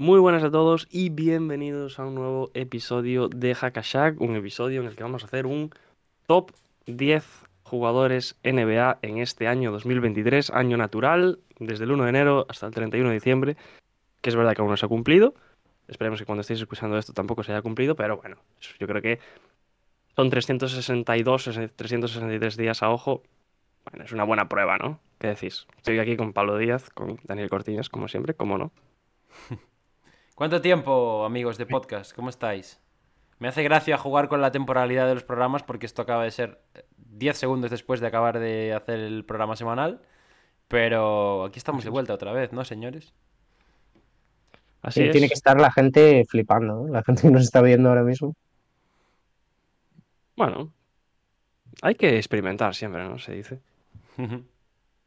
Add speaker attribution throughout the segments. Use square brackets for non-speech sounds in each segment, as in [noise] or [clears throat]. Speaker 1: Muy buenas a todos y bienvenidos a un nuevo episodio de Hackashack, un episodio en el que vamos a hacer un top 10 jugadores NBA en este año 2023, año natural, desde el 1 de enero hasta el 31 de diciembre, que es verdad que aún no se ha cumplido. Esperemos que cuando estéis escuchando esto tampoco se haya cumplido, pero bueno, yo creo que son 362, 363 días a ojo. Bueno, es una buena prueba, ¿no? ¿Qué decís? Estoy aquí con Pablo Díaz, con Daniel Cortiñas, como siempre, ¿cómo no?
Speaker 2: ¿Cuánto tiempo, amigos de podcast? ¿Cómo estáis? Me hace gracia jugar con la temporalidad de los programas porque esto acaba de ser eh, 10 segundos después de acabar de hacer el programa semanal. Pero aquí estamos de vuelta otra vez, ¿no, señores? [laughs]
Speaker 1: Así
Speaker 3: Sí,
Speaker 1: es.
Speaker 3: Eh, tiene que estar la gente flipando, ¿eh? la gente que nos está viendo ahora mismo.
Speaker 1: Bueno, hay que experimentar siempre, ¿no? Se dice.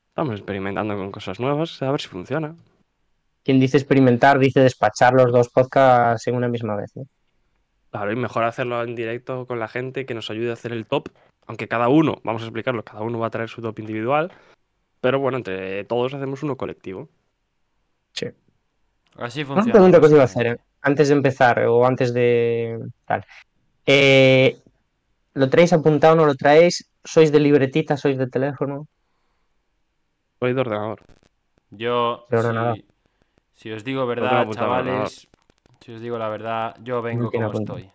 Speaker 1: Estamos experimentando con cosas nuevas, a ver si funciona.
Speaker 3: Quien dice experimentar dice despachar los dos podcasts en una misma vez. ¿eh?
Speaker 1: Claro, y mejor hacerlo en directo con la gente que nos ayude a hacer el top, aunque cada uno, vamos a explicarlo, cada uno va a traer su top individual, pero bueno, entre todos hacemos uno colectivo.
Speaker 2: Así
Speaker 3: Una
Speaker 2: funciona.
Speaker 3: pregunta que os iba a hacer ¿eh? antes de empezar o antes de tal. Eh, ¿Lo traéis apuntado o no lo traéis? ¿Sois de libretita? ¿Sois de teléfono?
Speaker 1: Soy de ordenador.
Speaker 2: Yo,
Speaker 3: Pero no, nada.
Speaker 2: si, si os digo
Speaker 1: No tengo
Speaker 2: verdad,
Speaker 1: apuntado,
Speaker 2: chavales, si os digo la verdad, yo vengo
Speaker 3: tiene
Speaker 2: como
Speaker 3: apuntado.
Speaker 2: estoy.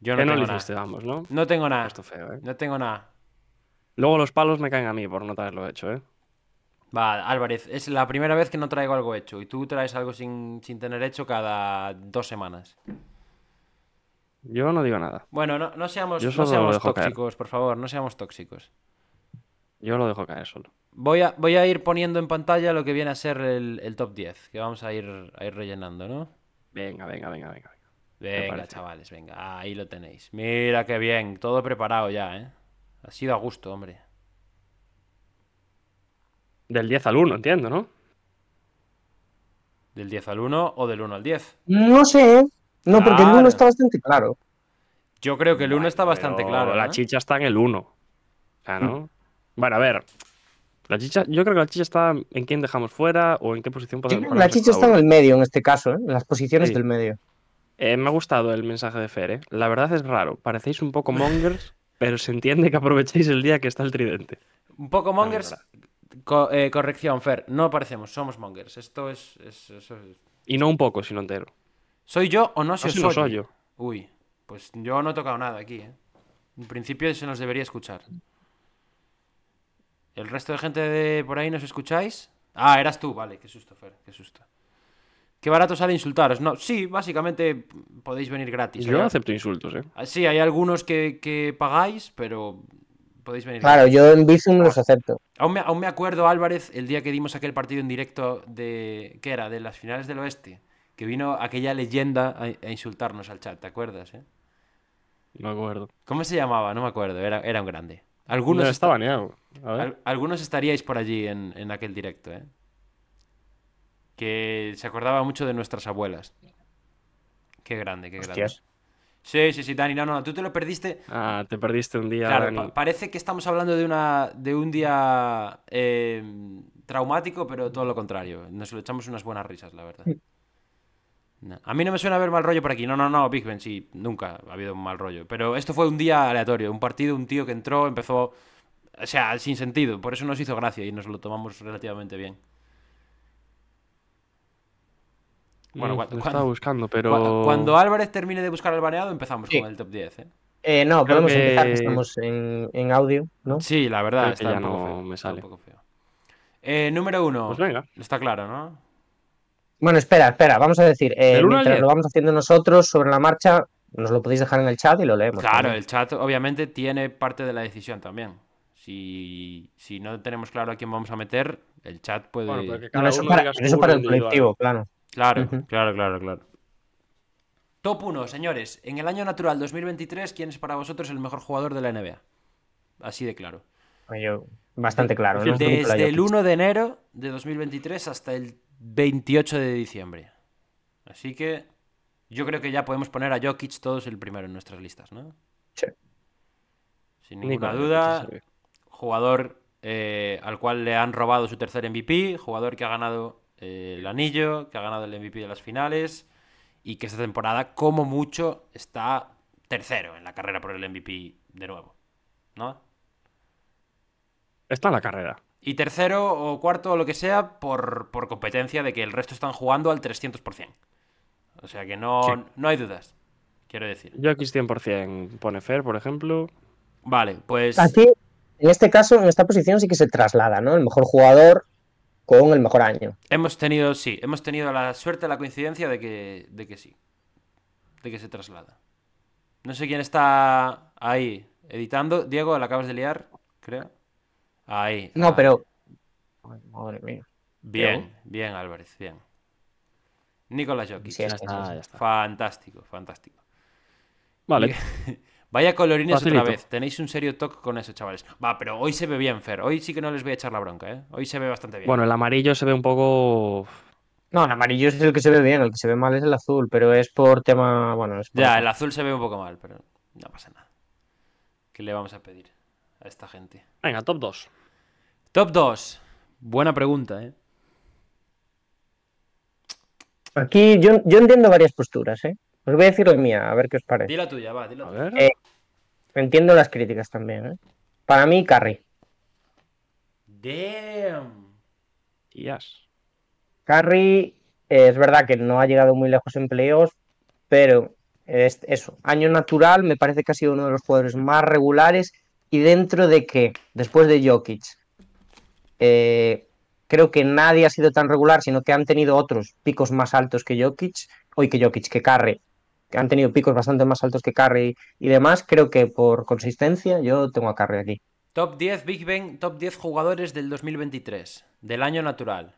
Speaker 2: Yo
Speaker 1: Que
Speaker 2: no
Speaker 1: no,
Speaker 2: tengo
Speaker 1: lo
Speaker 2: nada.
Speaker 1: hiciste, vamos, ¿no?
Speaker 2: No tengo nada.
Speaker 1: Esto feo, ¿eh?
Speaker 2: No tengo nada.
Speaker 1: Luego los palos me caen a mí por no haberlo hecho, ¿eh?
Speaker 2: Va, Álvarez, es la primera vez que no traigo algo hecho y tú traes algo sin, sin tener hecho cada dos semanas.
Speaker 1: Yo no digo nada,
Speaker 2: Bueno, no, no seamos,
Speaker 1: Yo
Speaker 2: no
Speaker 1: solo lo
Speaker 2: seamos
Speaker 1: dejo caer.
Speaker 2: tóxicos, por favor, no seamos tóxicos.
Speaker 1: yo lo dejo caer solo.
Speaker 2: Voy a, voy a ir poniendo en pantalla lo que viene a ser el, el top 10, que vamos a ir, a ir rellenando, ¿no?
Speaker 1: Venga, venga, venga, venga. venga.
Speaker 2: Venga,
Speaker 1: parece.
Speaker 2: chavales, venga, ahí lo tenéis. Mira qué bien, todo preparado ya, ¿eh? Ha sido a gusto, hombre.
Speaker 1: Del 10 al 1, entiendo, ¿no?
Speaker 2: Del 10 al 1 o del 1 al 10.
Speaker 3: No sé, ¿eh? No, porque el
Speaker 2: Claro.
Speaker 3: uno está bastante claro.
Speaker 2: Yo creo que el 1 está bastante
Speaker 1: Pero
Speaker 2: claro.
Speaker 1: La
Speaker 2: ¿no? Mm.
Speaker 1: chicha está en el 1. O sea, ¿no? Bueno, a ver. La chicha, yo creo que la chicha está en quién dejamos fuera o en qué posición
Speaker 3: Yo
Speaker 1: podemos
Speaker 3: creo que La chicha está en el medio en este caso, ¿eh? en las posiciones
Speaker 1: Sí.
Speaker 3: del medio.
Speaker 1: Eh, Me ha gustado el mensaje de Fer, ¿eh? La verdad es raro. Parecéis un poco
Speaker 2: [laughs]
Speaker 1: mongers, pero se entiende que aprovechéis el día que está el tridente.
Speaker 2: Un poco mongers. co- eh, corrección, Fer. No parecemos, somos mongers. Esto es. es- eso es-
Speaker 1: Y no un poco, sino entero.
Speaker 2: ¿Soy yo o no se
Speaker 1: No,
Speaker 2: os
Speaker 1: si no
Speaker 2: oye?
Speaker 1: Ah, soy yo.
Speaker 2: Uy, pues yo no he tocado nada aquí, ¿eh? En principio se nos debería escuchar. ¿El resto de gente de por ahí nos escucháis? Ah, eras tú, vale, qué susto, Fer, qué susto. Qué barato sale insultaros. No, sí, básicamente p- podéis venir gratis.
Speaker 1: Yo
Speaker 2: Hay-
Speaker 1: no acepto insultos, ¿eh?
Speaker 2: Ah, Sí, hay algunos que, que pagáis, pero podéis venir
Speaker 3: Claro, yo en Bizum los acepto.
Speaker 2: Aún me, aún me acuerdo, Álvarez, el día que dimos aquel partido en directo de. ¿Qué era? De las finales del oeste. Que vino aquella leyenda a, a insultarnos al chat, ¿te acuerdas? eh?
Speaker 1: No me acuerdo.
Speaker 2: ¿Cómo se llamaba? No me acuerdo, era, era un grande.
Speaker 1: No,
Speaker 2: Algunos,
Speaker 1: está
Speaker 2: esta-
Speaker 1: baneado. A ver.
Speaker 2: al- algunos estaríais por allí en, en aquel directo, ¿eh? Que se acordaba mucho de nuestras abuelas. Qué grande, qué grande.
Speaker 3: Hostias.
Speaker 2: Sí, sí, sí, Dani, no, no, tú te lo perdiste.
Speaker 1: Ah, te perdiste un día.
Speaker 2: Claro,
Speaker 1: Dani.
Speaker 2: pa- parece que estamos hablando de, una, de un día eh, traumático, pero todo lo contrario. Nos lo echamos unas buenas risas, la
Speaker 1: [laughs]
Speaker 2: verdad. No, A mí no me suena haber mal rollo por aquí. No, no, no, Big Ben, sí, nunca ha habido un mal rollo. Pero esto fue un día aleatorio, un partido, un tío que entró, empezó, o sea, sin sentido. Por eso nos hizo gracia y nos lo tomamos relativamente bien. Bueno,
Speaker 1: Mm,
Speaker 2: cuan-
Speaker 1: lo
Speaker 2: cuan-
Speaker 1: estaba buscando, pero.
Speaker 2: Cu- Cuando Álvarez termine de buscar al baneado, empezamos
Speaker 3: Sí.
Speaker 2: con el top 10. ¿eh?
Speaker 3: Eh, no,
Speaker 1: Creo
Speaker 3: podemos
Speaker 1: que-
Speaker 3: empezar, que estamos en, en audio, ¿no?
Speaker 2: Sí, la
Speaker 1: Creo
Speaker 2: verdad,
Speaker 1: que
Speaker 2: está
Speaker 1: ya
Speaker 2: un poco
Speaker 1: no
Speaker 2: feo,
Speaker 1: me
Speaker 2: está un
Speaker 1: sale.
Speaker 2: poco feo. Eh, número uno.
Speaker 1: Pues venga.
Speaker 2: Está claro, ¿no?
Speaker 3: Bueno, espera, espera, vamos a decir, eh,
Speaker 1: Del uno al
Speaker 3: mientras
Speaker 1: diez.
Speaker 3: lo vamos haciendo nosotros sobre la marcha, nos lo podéis dejar en el chat y lo leemos.
Speaker 2: Claro,
Speaker 3: también.
Speaker 2: el chat obviamente tiene parte de la decisión también. Si, si no tenemos claro a quién vamos a meter, el chat puede...
Speaker 1: Bueno, pero que cada
Speaker 3: Bueno, eso
Speaker 1: uno
Speaker 3: para,
Speaker 1: diga su
Speaker 3: eso para el
Speaker 1: individual.
Speaker 3: colectivo, claro.
Speaker 2: Claro,
Speaker 3: Ujú.
Speaker 2: claro, claro, claro. Top 1, señores. En el año natural 2023, ¿quién es para vosotros el mejor jugador de la NBA? Así de claro.
Speaker 3: Yo, bastante claro, ¿no? Nikola
Speaker 2: Desde el
Speaker 3: Jokic.
Speaker 2: 1 de enero de 2023 hasta el 28 de diciembre. Así que yo creo que ya podemos poner a Jokic todos el primero en nuestras listas, ¿no?
Speaker 3: Sí.
Speaker 2: Sin ninguna
Speaker 1: Nikola
Speaker 2: duda,
Speaker 1: Jokic, sí.
Speaker 2: jugador eh, al cual le han robado su tercer MVP, jugador que ha ganado eh, el anillo, que ha ganado el MVP de las finales y que esta temporada, como mucho, está tercero en la carrera por el MVP de nuevo, ¿no?
Speaker 1: Está en la carrera.
Speaker 2: Y tercero o cuarto o lo que sea por, por competencia de que el resto están jugando al 300%. O sea que no,
Speaker 1: Sí.
Speaker 2: no hay dudas, quiero decir.
Speaker 1: Jokic 100% pone Fer, por ejemplo.
Speaker 2: Vale, pues...
Speaker 3: Aquí, en este caso, en esta posición sí que se traslada, ¿no? El mejor jugador con el mejor año.
Speaker 2: Hemos tenido, sí, hemos tenido la suerte, la coincidencia de que, de que sí. De que se traslada. No sé quién está ahí editando. Diego, la acabas de liar, creo. Ahí.
Speaker 3: No,
Speaker 2: ah,
Speaker 3: pero. Ay, madre mía.
Speaker 2: Bien, bien, Álvarez, bien. Nicolás Jokic.
Speaker 3: Sí, sí,
Speaker 1: Ah,
Speaker 3: sí.
Speaker 1: ya está.
Speaker 2: Fantástico, fantástico.
Speaker 1: Vale.
Speaker 2: [laughs] Vaya colorines
Speaker 1: Facilito.
Speaker 2: otra vez. Tenéis un serio toque con eso, chavales. Va, pero hoy se ve bien, Fer. Hoy sí que no les voy a echar la bronca, ¿eh? Hoy se ve bastante bien.
Speaker 1: Bueno, el amarillo se ve un poco.
Speaker 3: No, el amarillo es el que se ve bien, el que se ve mal es el azul, pero es por tema. Bueno, es por-
Speaker 2: Ya, el azul se ve un poco mal, pero no pasa nada. ¿Qué le vamos a pedir a esta gente?
Speaker 1: Venga, top 2.
Speaker 2: Top 2. Buena pregunta, ¿eh?
Speaker 3: Aquí yo, yo entiendo varias posturas, ¿eh? Os voy a decir la mía, a ver qué os parece.
Speaker 2: Di la tuya, va, di la
Speaker 1: A
Speaker 2: tuya.
Speaker 1: ver.
Speaker 3: Eh, Entiendo las críticas también, ¿eh? Para mí, Carry.
Speaker 2: Damn.
Speaker 1: Tías.
Speaker 3: Carry eh, es verdad que no ha llegado muy lejos en playoffs, pero es, eso, año natural, me parece que ha sido uno de los jugadores más regulares y dentro de que, después de Jokic, eh, creo que nadie ha sido tan regular, sino que han tenido otros picos más altos que Jokic, hoy que Jokic, que Carry, que han tenido picos bastante más altos que Carry y demás, creo que por consistencia yo tengo a Carry aquí.
Speaker 2: Top 10 Big Bang, top 10 jugadores del 2023, del año natural.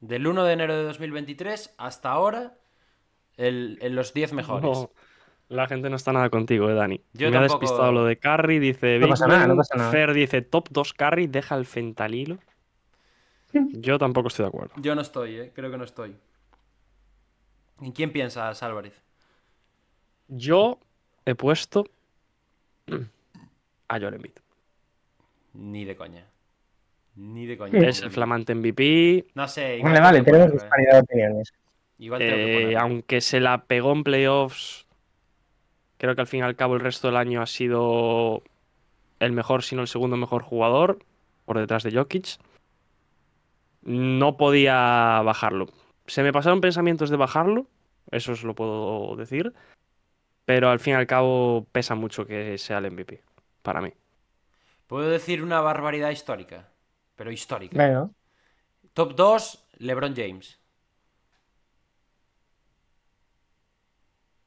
Speaker 2: Del 1 de enero de 2023 hasta ahora, el, en los 10 mejores.
Speaker 1: No, la gente no está nada contigo, eh, Dani.
Speaker 2: Yo
Speaker 1: Me ha
Speaker 2: tampoco-
Speaker 1: despistado lo de Carry, dice
Speaker 3: No
Speaker 1: Big
Speaker 3: pasa nada,
Speaker 1: Ben,
Speaker 3: no pasa nada.
Speaker 1: Fer dice top 2 Carry, deja el fentanilo. Yo tampoco estoy de acuerdo.
Speaker 2: Yo no estoy, ¿eh? creo que no estoy. ¿En quién piensas, Álvarez?
Speaker 1: Yo he puesto [clears throat] a Joel Embiid.
Speaker 2: Ni de coña. Ni de coña.
Speaker 1: Es el flamante MVP,
Speaker 2: No sé. igual
Speaker 3: Vale,
Speaker 2: tengo
Speaker 3: vale,
Speaker 2: que
Speaker 3: tenemos
Speaker 2: ponerlo, ¿eh?
Speaker 3: disparidad de opiniones.
Speaker 2: Igual tengo que
Speaker 1: Eh,
Speaker 2: ponerlo.
Speaker 1: aunque se la pegó en playoffs, creo que al fin y al cabo el resto del año ha sido el mejor, sino el segundo mejor jugador, por detrás de Jokic. No podía bajarlo. Se me pasaron pensamientos de bajarlo, eso os lo puedo decir, pero al fin y al cabo pesa mucho que sea el MVP, para
Speaker 2: [laughs]
Speaker 1: mí.
Speaker 2: Puedo decir una barbaridad histórica. Pero histórica.
Speaker 3: Bueno,
Speaker 2: Top 2, LeBron James.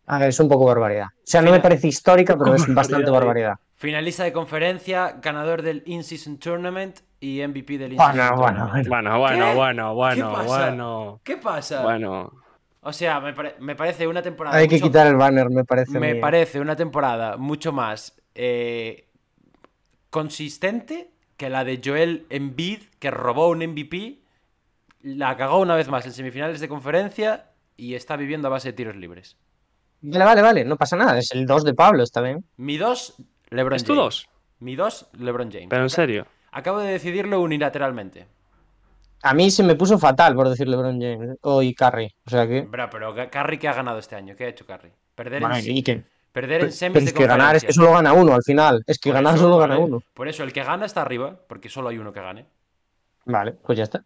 Speaker 3: a ver, Ah, es un poco barbaridad. O sea, no me
Speaker 2: Mira. eh.
Speaker 3: parece histórica,
Speaker 2: [laughs]
Speaker 3: pero es bastante barbaridad.
Speaker 2: Finalista de conferencia, ganador del In-Season Tournament y MVP del
Speaker 3: Bueno,
Speaker 2: In-Season Tournament.
Speaker 1: Bueno,
Speaker 3: bueno, bueno.
Speaker 1: bueno,
Speaker 2: ¿Qué?
Speaker 1: bueno, bueno,
Speaker 2: pasa?
Speaker 1: bueno.
Speaker 2: ¿Qué pasa?
Speaker 1: Bueno,
Speaker 2: O sea, me, pare- me parece una temporada.
Speaker 3: Hay que
Speaker 2: mucho-
Speaker 3: quitar el banner, me parece.
Speaker 2: Me
Speaker 3: a mí, ¿eh?
Speaker 2: parece una temporada mucho más eh, consistente que la de Joel Embiid, que robó un MVP, la cagó una vez más en semifinales de conferencia y está viviendo a base de tiros libres.
Speaker 3: Vale, vale, vale, no pasa nada. Es el 2 de Pablo, está bien.
Speaker 2: Mi 2, LeBron
Speaker 1: es tu
Speaker 2: James.
Speaker 1: dos,
Speaker 2: Mi 2, LeBron James.
Speaker 1: pero en serio.
Speaker 2: Acabo de decidirlo unilateralmente.
Speaker 3: A mí se me puso fatal, por decirle LeBron James eh, o y Curry. O sea que.
Speaker 2: Bra, pero Ga- Curry que ha ganado este año, ¿qué ha hecho Curry? Perder
Speaker 3: Bueno,
Speaker 2: en,
Speaker 3: y que-
Speaker 2: perder
Speaker 3: Pero
Speaker 2: en semis
Speaker 3: es
Speaker 2: de
Speaker 3: que ganar es
Speaker 2: conferencia.
Speaker 3: que solo gana uno al final. Es que
Speaker 2: Por
Speaker 3: ganar
Speaker 2: eso,
Speaker 3: solo
Speaker 2: por
Speaker 3: gana
Speaker 2: e-
Speaker 3: uno.
Speaker 2: Por eso, el que gana está arriba, porque solo hay uno que gane.
Speaker 3: Vale, pues ya está.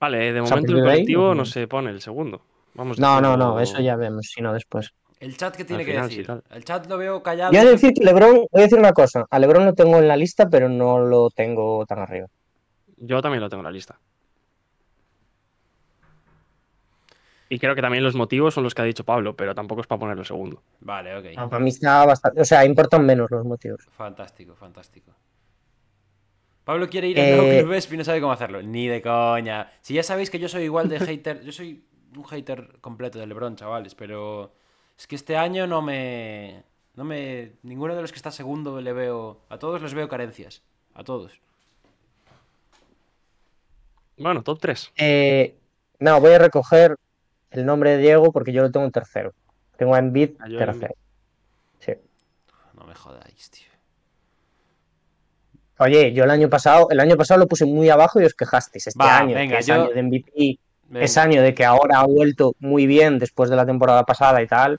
Speaker 1: Vale, de
Speaker 3: O sea,
Speaker 1: momento
Speaker 3: a
Speaker 1: el
Speaker 3: partir de ahí,
Speaker 1: colectivo no
Speaker 3: ujú.
Speaker 1: se pone el segundo. Vamos
Speaker 2: Pues
Speaker 3: No, no,
Speaker 1: diciendo-
Speaker 3: no, eso ya vemos, si no después.
Speaker 2: El chat que tiene
Speaker 1: Al
Speaker 2: que
Speaker 1: final,
Speaker 2: decir.
Speaker 1: sí, tal.
Speaker 2: El chat lo veo callado.
Speaker 3: Yo he de decir que LeBron, voy a decir una cosa. A LeBron lo tengo en la lista, pero no lo tengo tan arriba.
Speaker 1: Yo también lo tengo en la lista. Y creo que también los motivos son los que ha dicho Pablo, pero tampoco es para ponerlo segundo.
Speaker 2: Vale, ok.
Speaker 3: No, Ah, Para mí está bastante. O sea, importan menos los motivos.
Speaker 2: Fantástico, fantástico. Pablo quiere ir
Speaker 3: Eh,
Speaker 2: a No Club Vespi y no sabe cómo hacerlo. Ni de coña. Si ya sabéis que yo soy igual de hater. Yo soy un hater completo de LeBron, chavales, pero. Es que este año no me. No me. Ninguno de los que está segundo le veo. A todos les veo carencias. A todos.
Speaker 1: Bueno, top 3.
Speaker 3: Eh, no, voy a recoger el nombre de Diego porque yo lo tengo en tercero. Tengo a Embiid
Speaker 1: Ah, yo a
Speaker 3: tercero. Sí.
Speaker 2: No me jodáis, tío.
Speaker 3: Oye, yo el año pasado, el año pasado lo puse muy abajo y os quejasteis. Este
Speaker 2: Va,
Speaker 3: año,
Speaker 2: venga,
Speaker 3: que es
Speaker 2: yo-
Speaker 3: año de MVP,
Speaker 2: Venga.
Speaker 3: es año de que ahora ha vuelto muy bien después de la temporada pasada y tal.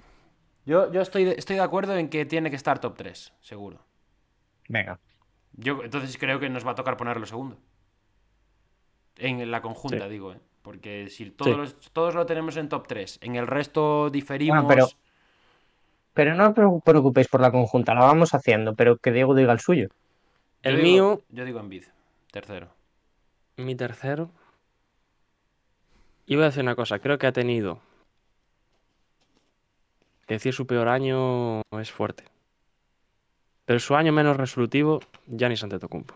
Speaker 2: Yo, yo estoy, de, estoy de acuerdo en que tiene que estar top 3, seguro.
Speaker 3: Venga.
Speaker 2: Yo entonces creo que nos va a tocar ponerlo segundo. En la conjunta, digo, ¿eh? Porque si todos,
Speaker 1: Sí.
Speaker 2: los- todos lo tenemos en top 3, en el resto diferimos.
Speaker 3: pero- Pero no os preocu- preocupéis por la conjunta, la vamos haciendo, pero que Diego diga el suyo.
Speaker 2: Yo
Speaker 1: El
Speaker 2: digo-
Speaker 1: mío,
Speaker 2: Yo digo Envid, tercero.
Speaker 1: mi tercero. Y voy a decir una cosa, creo que ha tenido. Que decir su peor año es fuerte. Pero su año menos resolutivo, Giannis Antetokounmpo.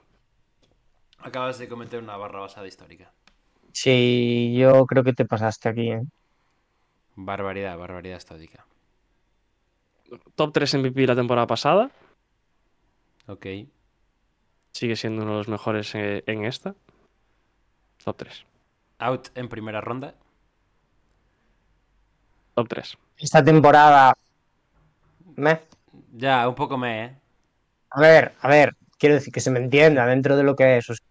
Speaker 2: Acabas de cometer una barra basada histórica.
Speaker 3: Sí, yo creo que te pasaste aquí, ¿eh?
Speaker 2: Barbaridad, barbaridad histórica.
Speaker 1: Top 3 MVP la temporada pasada.
Speaker 2: Ok.
Speaker 1: Sigue siendo uno de los mejores eh, en esta. Top 3.
Speaker 2: Out en primera ronda.
Speaker 1: Top 3.
Speaker 3: Esta temporada. meh.
Speaker 2: Ya, un poco me, ¿eh?
Speaker 3: A ver, a ver, quiero decir que se me entienda dentro de lo que es. o sea,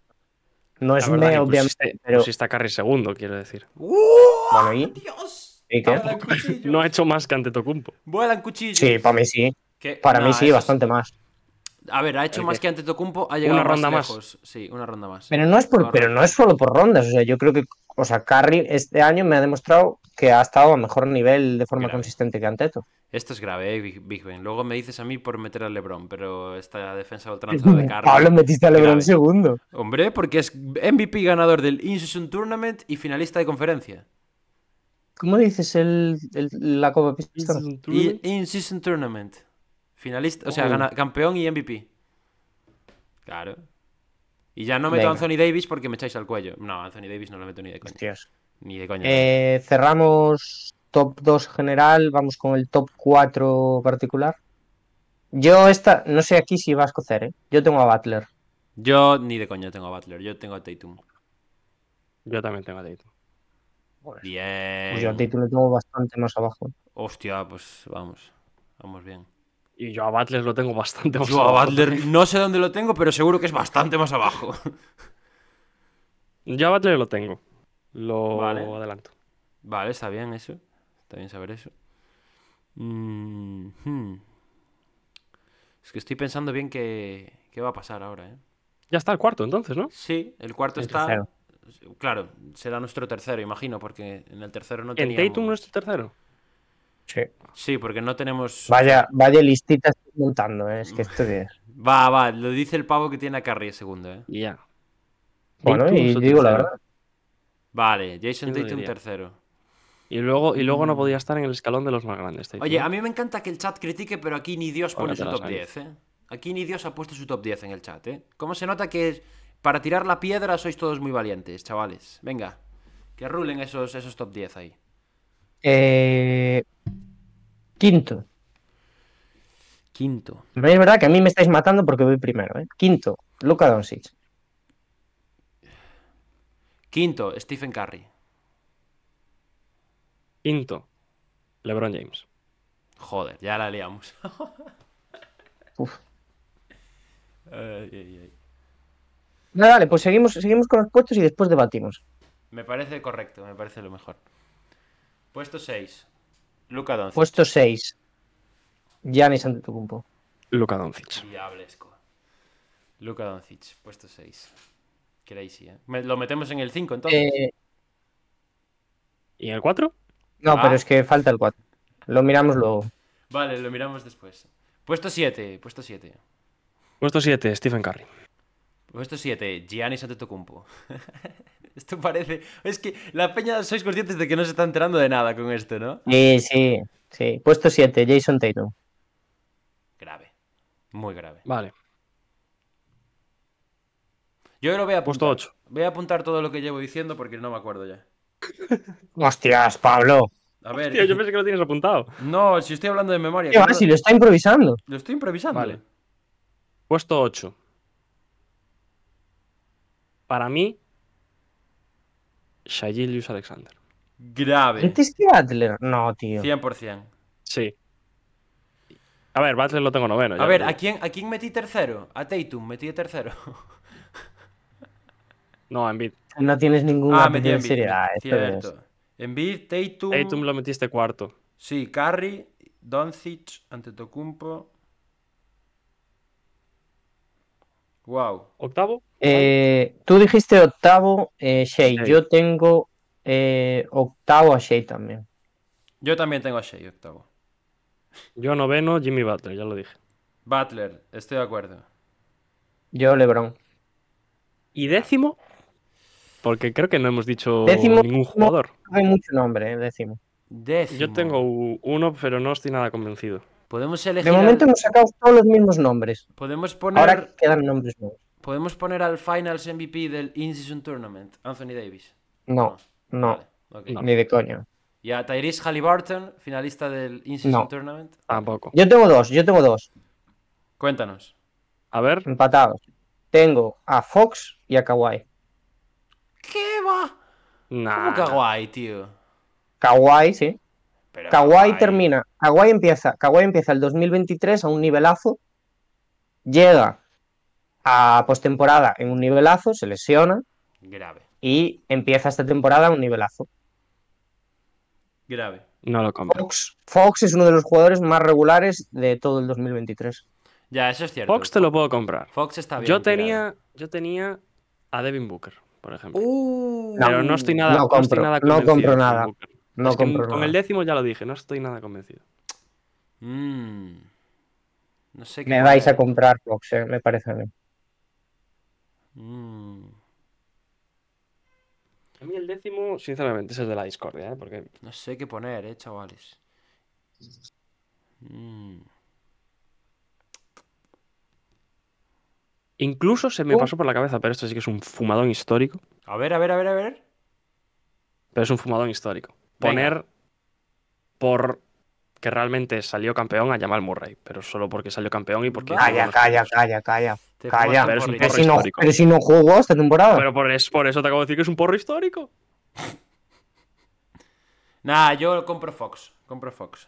Speaker 3: no
Speaker 2: Pues
Speaker 3: es me,
Speaker 1: pues
Speaker 3: obviamente. pero-
Speaker 1: está Curry segundo, quiero decir.
Speaker 3: Bueno, ¿y?
Speaker 2: ¡Uh! ¡Dios!
Speaker 3: ¿Y qué?
Speaker 2: Vuelan cuchillos.
Speaker 1: No ha hecho más que Antetokounmpo.
Speaker 2: Vuelan cuchillos.
Speaker 3: Sí, para mí sí.
Speaker 2: Que-
Speaker 3: Para
Speaker 2: no,
Speaker 3: mí sí,
Speaker 2: eso es-
Speaker 3: bastante más.
Speaker 2: A ver, ha hecho
Speaker 1: ¿El
Speaker 2: más
Speaker 1: qué?
Speaker 2: que Antetokounmpo, ha llegado
Speaker 1: Una
Speaker 2: más
Speaker 1: ronda más.
Speaker 2: lejos. Sí, una ronda más.
Speaker 3: Pero no es por,
Speaker 2: Correcto.
Speaker 3: pero no es solo por rondas, o sea, yo creo que, o sea, Curry este año me ha demostrado que ha estado a mejor nivel de forma
Speaker 2: Grave.
Speaker 3: consistente que Anteto.
Speaker 2: Esto es grave, eh, Big, Big Ben. Luego me dices a mí por meter al LeBron, pero esta defensa ultranza
Speaker 3: [laughs]
Speaker 2: de eh. Curry...
Speaker 3: Pablo metiste a LeBron
Speaker 2: grave.
Speaker 3: segundo.
Speaker 2: Hombre, porque es MVP ganador del In-Season Tournament y finalista de conferencia.
Speaker 3: ¿Cómo dices el, el- la Copa Pistons?
Speaker 2: Y
Speaker 1: Tournament.
Speaker 2: In-Season Tournament. Finalista, o sea,
Speaker 1: Oh.
Speaker 2: gana- campeón y MVP. Claro. Y ya no meto a
Speaker 3: Venga.
Speaker 2: Anthony Davis porque me echáis al cuello. No, a Anthony Davis no lo meto ni de coña.
Speaker 3: Hostias.
Speaker 2: Ni de coña.
Speaker 3: Eh, cerramos top 2 general, vamos con el top 4 particular. Yo esta, no sé aquí si vas a cocer, ¿eh? Yo tengo a Butler.
Speaker 2: Yo ni de coña tengo a Butler, yo tengo a Tatum.
Speaker 3: Pues
Speaker 1: Yo también tengo a Tatum.
Speaker 2: Bien.
Speaker 3: Pues yo a Tatum lo tengo bastante más abajo.
Speaker 2: Hostia, pues vamos. Vamos bien.
Speaker 1: Y yo a Butler lo tengo bastante más
Speaker 2: Yo a
Speaker 1: abajo.
Speaker 2: Butler no sé dónde lo tengo, pero seguro que es bastante más abajo.
Speaker 1: Yo a Butler lo tengo. Lo
Speaker 2: Vale.
Speaker 1: adelanto.
Speaker 2: [laughs] Vale, está bien eso. Está bien saber eso. Mm, hmm. Es que estoy pensando bien qué, qué va a pasar ahora, ¿eh?
Speaker 1: Ya está el cuarto entonces, ¿no?
Speaker 2: Sí, el cuarto
Speaker 3: El
Speaker 2: está.
Speaker 3: tercero.
Speaker 2: Claro, será nuestro tercero, imagino, porque en el tercero no
Speaker 1: En
Speaker 2: teníamos.
Speaker 1: Tatum no es el tercero.
Speaker 3: Sí.
Speaker 2: Sí, porque no tenemos.
Speaker 3: Vaya, vaya listita estoy montando, ¿eh? Es que esto que es.
Speaker 2: Va, va, lo dice el pavo que tiene a Carrie segundo, ¿eh?
Speaker 1: Y ya.
Speaker 3: Bueno,
Speaker 1: Tatum
Speaker 3: y
Speaker 1: es el
Speaker 3: digo la
Speaker 1: tercero.
Speaker 3: verdad.
Speaker 2: Vale, Jason
Speaker 1: Yo lo
Speaker 2: Tatum
Speaker 1: diría.
Speaker 2: tercero.
Speaker 1: Y luego, y luego no podía estar en el escalón de los más grandes. Tatum.
Speaker 2: Mm. Oye, a mí me encanta que el chat critique, pero aquí ni Dios pone
Speaker 1: Ahora te
Speaker 2: su
Speaker 1: la
Speaker 2: top
Speaker 1: sabes.
Speaker 2: 10, ¿eh? Aquí ni Dios ha puesto su top 10 en el chat, ¿eh? ¿Cómo se nota que para tirar la piedra sois todos muy valientes, chavales? Venga, que rulen esos, esos top 10 ahí.
Speaker 3: Eh, Quinto.
Speaker 2: Quinto.
Speaker 3: Pero Es verdad que a mí me estáis matando porque voy primero. ¿eh? Quinto, Luka Doncic.
Speaker 2: Quinto, Stephen Curry.
Speaker 1: Quinto. LeBron James.
Speaker 2: Joder, ya la liamos.
Speaker 3: Uf.
Speaker 2: Ay, ay, ay.
Speaker 3: Nada, dale, pues seguimos, seguimos con los puestos y después debatimos.
Speaker 2: Me parece correcto, me parece lo mejor. Puesto 6. Luca Doncic.
Speaker 3: Puesto 6. Giannis Antetokounmpo.
Speaker 1: Luka Doncic.
Speaker 2: Diablesco. Luka Doncic, puesto 6. Crazy, ¿eh? Me- lo metemos en el 5, entonces.
Speaker 3: Eh,
Speaker 1: ¿Y en el cuatro?
Speaker 3: no,
Speaker 2: Ah.
Speaker 3: pero es que falta el 4. Lo miramos luego.
Speaker 2: Vale, lo miramos después. Puesto 7, puesto 7.
Speaker 1: Puesto siete, Stephen Curry.
Speaker 2: Puesto 7, Giannis Antetokounmpo. [laughs] esto parece... Es que la peña sois conscientes de que no se está enterando de nada con esto, ¿no?
Speaker 3: Sí, sí, sí. Puesto 7, Jason Tatum.
Speaker 2: Grave. Muy grave.
Speaker 1: Vale.
Speaker 2: Yo lo voy a apuntar.
Speaker 1: Puesto ocho.
Speaker 2: Voy a apuntar todo lo que llevo diciendo porque no me acuerdo ya.
Speaker 3: Hostias, Pablo.
Speaker 2: A ver.
Speaker 1: Tío,
Speaker 2: [laughs]
Speaker 1: yo pensé que lo tienes apuntado.
Speaker 2: No, si estoy hablando de memoria.
Speaker 3: ¿Qué ¿eh?
Speaker 2: que
Speaker 3: va?
Speaker 2: no-
Speaker 3: Si lo está improvisando.
Speaker 2: Lo estoy improvisando.
Speaker 1: Vale. Puesto 8. Para mí, Shail Yus Alexander.
Speaker 2: Grave.
Speaker 3: ¿Antes Este que Butler? No, tío.
Speaker 2: 100%.
Speaker 1: Sí. A ver, Butler lo tengo noveno.
Speaker 2: A
Speaker 1: ya
Speaker 2: ver,
Speaker 1: lo
Speaker 2: ¿a
Speaker 1: digo.
Speaker 2: quién, ¿a quién metí tercero? A Tatum metí
Speaker 3: [laughs]
Speaker 2: tercero.
Speaker 1: No, Embiid.
Speaker 3: No tienes ninguna
Speaker 2: ah, metí en
Speaker 3: seriedad. esto es.
Speaker 2: Cierto. Embiid, Tatum,
Speaker 1: Tatum lo metiste cuarto.
Speaker 2: Sí, Curry, Doncic, Antetokounmpo. Wow.
Speaker 1: ¿Octavo?
Speaker 3: Eh, tú dijiste octavo, eh, Shea.
Speaker 1: Shea.
Speaker 3: Yo tengo eh, octavo a Shea también.
Speaker 2: Yo también tengo a Shea octavo.
Speaker 1: Yo noveno, Jimmy Butler, ya lo dije.
Speaker 2: Butler, estoy de acuerdo.
Speaker 3: Yo, LeBron.
Speaker 1: ¿Y décimo? Porque creo que no hemos dicho
Speaker 3: Décimo-
Speaker 1: ningún jugador.
Speaker 3: Hay mucho nombre, eh, décimo.
Speaker 2: Décimo.
Speaker 1: Yo tengo u- uno, pero no estoy nada convencido.
Speaker 2: Podemos
Speaker 3: De
Speaker 2: elegir. al-
Speaker 3: momento hemos sacado todos los mismos nombres.
Speaker 2: Podemos poner.
Speaker 3: Ahora quedan nombres nuevos.
Speaker 2: Podemos poner al Finals MVP del In-Season Tournament, Anthony Davis.
Speaker 3: No, no,
Speaker 2: Vale, ok.
Speaker 1: No.
Speaker 3: ni de coña.
Speaker 2: Y a Tyrese Halliburton, finalista del In-Season
Speaker 3: No.
Speaker 2: Tournament.
Speaker 1: Tampoco.
Speaker 3: Yo tengo dos, yo tengo dos,
Speaker 2: Cuéntanos.
Speaker 1: A ver,
Speaker 3: empatados. Tengo a Fox y a Kawhi.
Speaker 2: ¿Qué va?
Speaker 1: nah.
Speaker 2: ¿Cómo Kawhi, tío?
Speaker 3: Kawhi, sí.
Speaker 2: Pero
Speaker 3: Kawhi termina, Kawhi empieza, Kawhi empieza el 2023 a un nivelazo, llega a postemporada en un nivelazo, se lesiona
Speaker 2: Grave,
Speaker 3: y empieza esta temporada a un nivelazo.
Speaker 2: grave.
Speaker 1: No lo compro.
Speaker 3: Fox, Fox es uno de los jugadores más regulares de todo el 2023.
Speaker 2: Ya, eso es cierto.
Speaker 1: Fox te lo puedo comprar.
Speaker 2: Fox está bien.
Speaker 1: Yo
Speaker 2: tirado.
Speaker 1: tenía, yo tenía a Devin Booker, por ejemplo.
Speaker 2: Uh,
Speaker 1: pero no estoy nada,
Speaker 3: no
Speaker 1: no estoy
Speaker 3: compro,
Speaker 1: nada
Speaker 3: no
Speaker 1: convencido
Speaker 3: compro
Speaker 1: con
Speaker 3: nada,
Speaker 1: Booker.
Speaker 3: No
Speaker 1: Es que
Speaker 3: compro
Speaker 1: con
Speaker 3: nada.
Speaker 1: el décimo ya lo dije, no estoy nada convencido.
Speaker 2: mm. No sé qué.
Speaker 3: Me vais a comprar Fox, eh, me parece a mí.
Speaker 2: Mm.
Speaker 1: A mí el décimo, sinceramente, es el de la discordia, ¿eh? porque
Speaker 2: No sé qué poner, eh, chavales. Mm.
Speaker 1: incluso se me
Speaker 3: Uh.
Speaker 1: pasó por la cabeza, pero esto sí que es un fumadón histórico.
Speaker 2: A ver, a ver, a ver, a ver.
Speaker 1: Pero es un fumadón histórico. Poner
Speaker 2: Venga.
Speaker 1: por que realmente salió campeón a Jamal Murray, pero solo porque salió campeón y porque...
Speaker 2: Vaya,
Speaker 1: jugó
Speaker 3: Calla,
Speaker 1: los
Speaker 3: calla,
Speaker 1: playoffs.
Speaker 3: calla, calla.
Speaker 2: Te
Speaker 3: Calla,
Speaker 2: fumas un
Speaker 1: pero es un porro
Speaker 2: porrito.
Speaker 3: Pero si, no,
Speaker 1: histórico.
Speaker 3: pero si no jugó esta temporada.
Speaker 1: Pero por, es, por eso te acabo de decir que es un porro histórico.
Speaker 2: Nah, yo compro Fox. Compro Fox.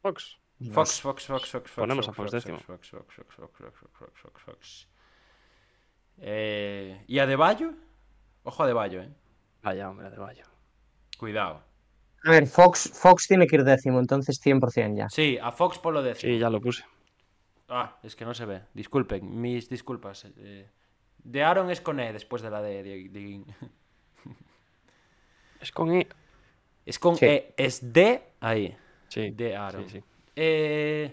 Speaker 1: Fox.
Speaker 2: Fox, Fox, Fox, Fox, Fox.
Speaker 1: Ponemos a Fox
Speaker 2: Fox,
Speaker 1: décimo.
Speaker 2: Fox, Fox, Fox, Fox, Fox, Fox, Fox, Fox, Fox. Eh, ¿Y a De Bayo? Ojo a De Bayo, eh.
Speaker 1: Vaya, hombre, de vaya.
Speaker 2: Cuidado.
Speaker 3: A ver, Fox, Fox tiene que ir décimo, entonces 100% ya.
Speaker 2: Sí, a Fox por lo décimo.
Speaker 1: Sí, ya lo puse.
Speaker 2: Ah, es que no se ve. Disculpen, mis disculpas. eh. de Aaron es con E después de la de de- de-
Speaker 1: Es con E.
Speaker 2: [laughs] Es con
Speaker 3: Sí.
Speaker 2: E, es de ahí.
Speaker 1: Sí.
Speaker 2: De Aaron.
Speaker 1: Sí, sí.
Speaker 2: Eh,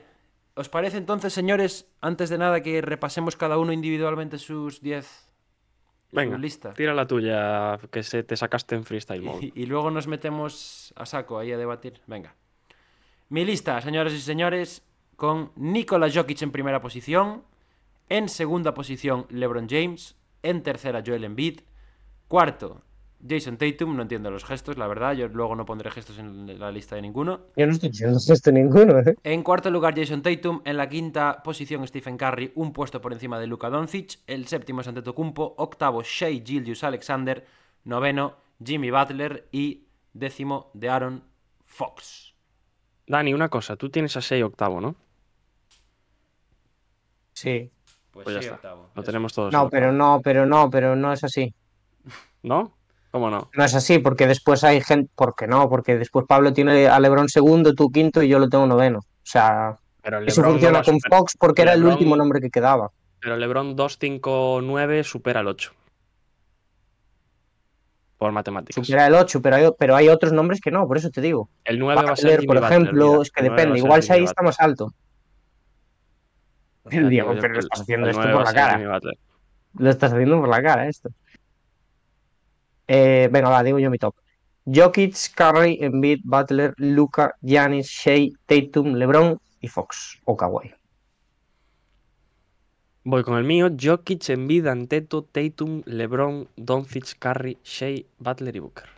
Speaker 2: ¿Os parece entonces, señores, antes de nada que repasemos cada uno individualmente sus 10
Speaker 1: Venga,
Speaker 2: su lista?
Speaker 1: tira la tuya que se te sacaste en freestyle [laughs] mode.
Speaker 2: Y, y luego nos metemos a saco ahí a debatir. Venga. Mi lista, señoras y señores, con Nikola Jokic en primera posición, en segunda posición LeBron James, en tercera Joel Embiid, cuarto Jason Tatum, no entiendo los gestos, la verdad, yo luego no pondré gestos en la lista de ninguno.
Speaker 3: Yo no estoy diciendo [laughs] esto ninguno, ¿eh?
Speaker 2: En cuarto lugar, Jason Tatum. En la quinta posición, Stephen Curry, un puesto por encima de Luka Doncic. El séptimo es Antetokounmpo. Octavo, Shea Gildius Alexander. Noveno, Jimmy Butler. Y décimo, de Aaron Fox.
Speaker 1: Dani, una cosa, tú tienes a 6 octavo, ¿no?
Speaker 3: Sí.
Speaker 2: Pues,
Speaker 1: Pues ya
Speaker 2: sí,
Speaker 1: está.
Speaker 2: octavo.
Speaker 1: Lo
Speaker 2: Eso.
Speaker 1: tenemos todos. en
Speaker 3: No,
Speaker 1: octavo.
Speaker 3: pero no, pero no, pero no es así.
Speaker 1: ¿No? ¿Cómo no?
Speaker 3: No es así, porque después hay gente. ¿Por qué no? Porque después Pablo tiene a Lebron segundo, tú quinto y yo lo tengo noveno. O sea,
Speaker 1: Pero
Speaker 3: eso
Speaker 1: LeBron
Speaker 3: funciona
Speaker 1: no
Speaker 3: con
Speaker 1: supera-
Speaker 3: Fox porque era el
Speaker 1: LeBron-
Speaker 3: último nombre que quedaba.
Speaker 1: Pero LeBron 259 supera el 8. Por matemáticas.
Speaker 3: Supera el 8, pero hay, pero hay otros nombres que no, por eso te digo.
Speaker 1: El 9 va a ser
Speaker 3: Butler,
Speaker 1: Jimmy
Speaker 3: por
Speaker 1: Butler,
Speaker 3: ejemplo,
Speaker 1: mira.
Speaker 3: es que
Speaker 1: El nueve va
Speaker 3: depende.
Speaker 1: a ser
Speaker 3: Igual
Speaker 1: Jimmy
Speaker 3: Shai está
Speaker 1: Butler.
Speaker 3: más alto.
Speaker 1: Ya
Speaker 3: [laughs] Digo,
Speaker 1: digo Pues yo
Speaker 3: pero
Speaker 1: que
Speaker 3: lo
Speaker 1: el-
Speaker 3: estás haciendo
Speaker 1: el
Speaker 3: esto
Speaker 1: nueve
Speaker 3: por
Speaker 1: va a
Speaker 3: la
Speaker 1: ser
Speaker 3: cara.
Speaker 1: Jimmy Butler.
Speaker 3: Lo estás haciendo por la cara, esto. Eh, venga, va, digo yo mi top. Jokic, Curry, Embiid, Butler, Luca, Giannis, Shea, Tatum, LeBron y Fox o Kawhi.
Speaker 1: Voy con el mío. Jokic, Embiid, Anteto, Tatum, LeBron, Doncic, Curry, Shea, Butler y Booker.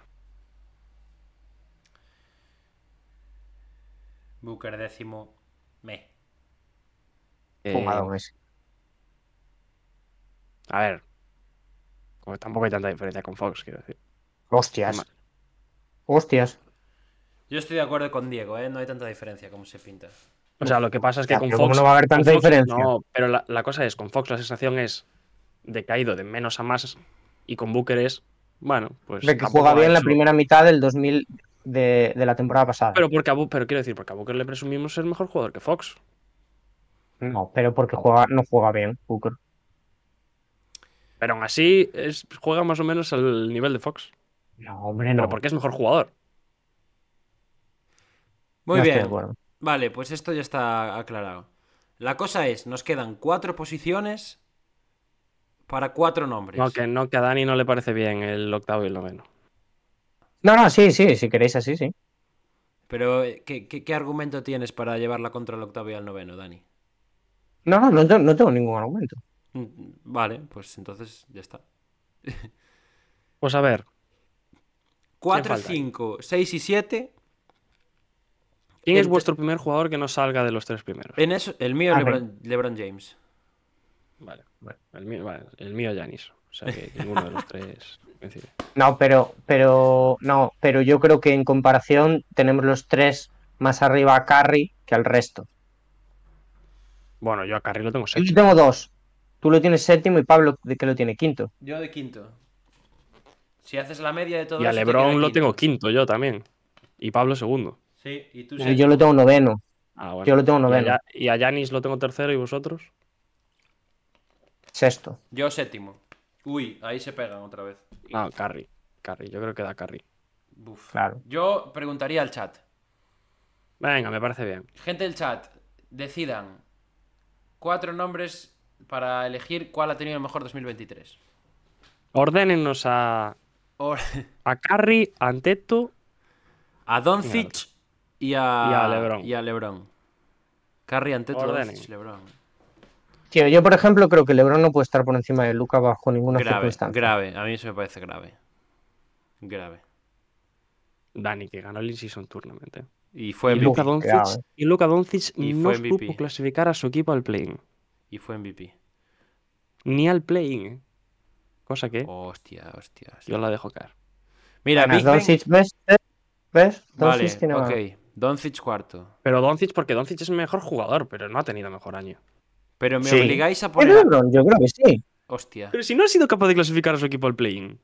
Speaker 2: Booker décimo. Me.
Speaker 1: Eh,
Speaker 3: Fumado Messi.
Speaker 1: a ver. Como tampoco hay tanta diferencia con Fox, quiero decir.
Speaker 3: Hostias.
Speaker 1: Ma-
Speaker 3: Hostias.
Speaker 2: Yo estoy de acuerdo con Diego, ¿eh? No hay tanta diferencia como se pinta.
Speaker 1: O sea, lo que pasa es que
Speaker 3: Ya,
Speaker 1: con
Speaker 3: pero ¿cómo
Speaker 1: Fox.
Speaker 3: no va a haber
Speaker 1: con
Speaker 3: tanta
Speaker 1: Fox-
Speaker 3: diferencia?
Speaker 1: No, pero la, la cosa es, con Fox la sensación es de que ha ido de menos a más y con Booker es, bueno, pues.
Speaker 3: de que
Speaker 1: tampoco
Speaker 3: juega
Speaker 1: ha
Speaker 3: bien la
Speaker 1: hecho-
Speaker 3: primera mitad del 2000 de, de la temporada pasada.
Speaker 1: Pero, porque a Bu- pero quiero decir, porque a Booker le presumimos ser mejor jugador que Fox.
Speaker 3: no, pero porque juega, no juega bien, Booker.
Speaker 1: Pero aún así es, juega más o menos al nivel de Fox.
Speaker 3: No, hombre,
Speaker 1: Pero
Speaker 3: no.
Speaker 1: porque es mejor jugador.
Speaker 2: Muy
Speaker 3: No estoy de
Speaker 2: bien.
Speaker 3: acuerdo.
Speaker 2: Vale, pues esto ya está aclarado. La cosa es, nos quedan cuatro posiciones para cuatro nombres.
Speaker 1: No que, no, que a Dani no le parece bien el octavo y el noveno.
Speaker 3: No, no, sí, sí, si queréis así, sí.
Speaker 2: Pero, eh, ¿qué, qué, qué argumento tienes para llevarla contra el octavo y el noveno, Dani?
Speaker 3: No, no, no, te- no tengo ningún argumento.
Speaker 2: Mm, Vale, pues entonces ya está.
Speaker 1: Pues a ver,
Speaker 2: 4,
Speaker 1: falta ahí?
Speaker 2: 5, 6 y 7.
Speaker 1: ¿quién es
Speaker 2: Ent-
Speaker 1: vuestro primer jugador que no salga de los tres primeros?
Speaker 2: En eso, el mío es
Speaker 1: Ah,
Speaker 3: A
Speaker 2: LeBron, LeBron James.
Speaker 1: Vale, bueno, el mío, vale, el mío Yanis. O sea
Speaker 3: [laughs]
Speaker 1: que ninguno de los tres coincide.
Speaker 3: No, pero, pero, no, pero yo creo que en comparación tenemos los tres más arriba a Curry que al resto.
Speaker 1: Bueno, yo a Carril lo tengo
Speaker 3: Yo
Speaker 1: sexto.
Speaker 3: tengo dos. Tú lo tienes séptimo y Pablo de que lo tiene quinto.
Speaker 2: Yo de quinto. Si haces la media de todo
Speaker 1: Y a
Speaker 2: eso, te
Speaker 1: Lebron
Speaker 2: queda
Speaker 1: lo
Speaker 2: quinto.
Speaker 1: tengo quinto yo también. Y Pablo segundo.
Speaker 2: Sí, y
Speaker 1: Eh,
Speaker 2: tú
Speaker 3: Pero
Speaker 2: séptimo.
Speaker 3: Eh, yo lo tengo noveno.
Speaker 1: Ah, bueno.
Speaker 3: Yo lo tengo
Speaker 1: Y a
Speaker 3: noveno.
Speaker 1: Ya- Y a Yanis lo tengo tercero y vosotros.
Speaker 3: Sexto.
Speaker 2: Yo séptimo. Uy, ahí se pegan otra vez.
Speaker 1: No, Carry. Carry, yo creo que da Carry.
Speaker 2: Buf.
Speaker 3: Claro.
Speaker 2: Yo preguntaría al chat.
Speaker 1: Venga, me parece bien.
Speaker 2: Gente del chat, decidan cuatro nombres para elegir cuál ha tenido el mejor 2023.
Speaker 1: Ordénennos a,
Speaker 2: O-
Speaker 1: a Carry, a Anteto
Speaker 2: A Doncic y a,
Speaker 1: Y a LeBron.
Speaker 2: Y a LeBron. Curry ante todo
Speaker 1: Ordenen.
Speaker 2: Doncic, LeBron.
Speaker 3: Tío, yo por ejemplo creo que LeBron no puede estar por encima de Luca bajo ninguna
Speaker 2: grave,
Speaker 3: circunstancia.
Speaker 2: grave. A mí eso me parece grave. Grave.
Speaker 1: Dani, que ganó el In-Season Tournament. eh.
Speaker 2: Y fue
Speaker 1: y,
Speaker 2: MVP.
Speaker 1: Luka
Speaker 3: Luka,
Speaker 1: Doncic,
Speaker 3: claro, eh.
Speaker 1: y Luka Doncic
Speaker 2: Y
Speaker 1: no
Speaker 2: fue MVP.
Speaker 1: supo clasificar a su equipo al play-in.
Speaker 2: Y fue MVP.
Speaker 1: Ni al play-in. eh. Cosa que
Speaker 2: Oh, Hostia, hostia. hostia.
Speaker 1: yo la dejo caer.
Speaker 2: Mira,
Speaker 3: Ganas,
Speaker 2: Big Ben-
Speaker 3: Doncic, ¿ves? ¿Ves? ¿Ves?
Speaker 2: Vale,
Speaker 3: Doncic tiene ganas.
Speaker 2: ok. Doncic cuarto.
Speaker 1: Pero Doncic, porque Doncic es mejor jugador, pero no ha tenido mejor año.
Speaker 2: Pero me
Speaker 3: Sí.
Speaker 2: obligáis a
Speaker 3: Pero
Speaker 2: poner... a-
Speaker 3: LeBron, yo creo que sí.
Speaker 2: Hostia.
Speaker 1: Pero si no ha sido capaz de clasificar a su equipo al play-in.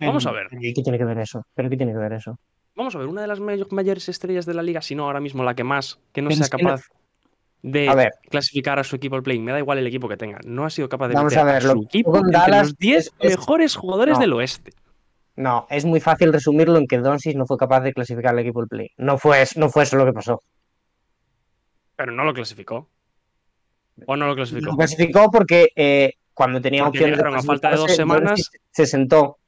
Speaker 1: Vamos a ver.
Speaker 3: Pero, ¿y Eh, ¿Qué tiene que ver eso? ¿Pero qué tiene que ver eso?
Speaker 1: Vamos a ver, una de las may- mayores estrellas de la liga, si no ahora mismo la que más, que no
Speaker 3: Pero
Speaker 1: sea
Speaker 3: es que no-
Speaker 1: capaz de
Speaker 3: A ver.
Speaker 1: clasificar a su equipo al play-in. Me da igual el equipo que tenga. No ha sido capaz de
Speaker 3: Vamos
Speaker 1: meter
Speaker 3: a ver, lo
Speaker 1: su
Speaker 3: que
Speaker 1: equipo
Speaker 3: con
Speaker 1: entre
Speaker 3: Dallas
Speaker 1: los 10
Speaker 3: es- es-
Speaker 1: mejores jugadores
Speaker 3: No.
Speaker 1: del oeste.
Speaker 3: No, es muy fácil resumirlo en que Doncic no fue capaz de clasificar al equipo al play. No fue, es- no fue eso lo que pasó.
Speaker 1: Pero no lo clasificó. O no lo clasificó.
Speaker 3: Lo clasificó porque eh, cuando tenía
Speaker 1: Porque
Speaker 3: opciones
Speaker 1: llegaron a falta de dos
Speaker 3: clasificarse,
Speaker 1: semanas.
Speaker 3: Doncic se sentó.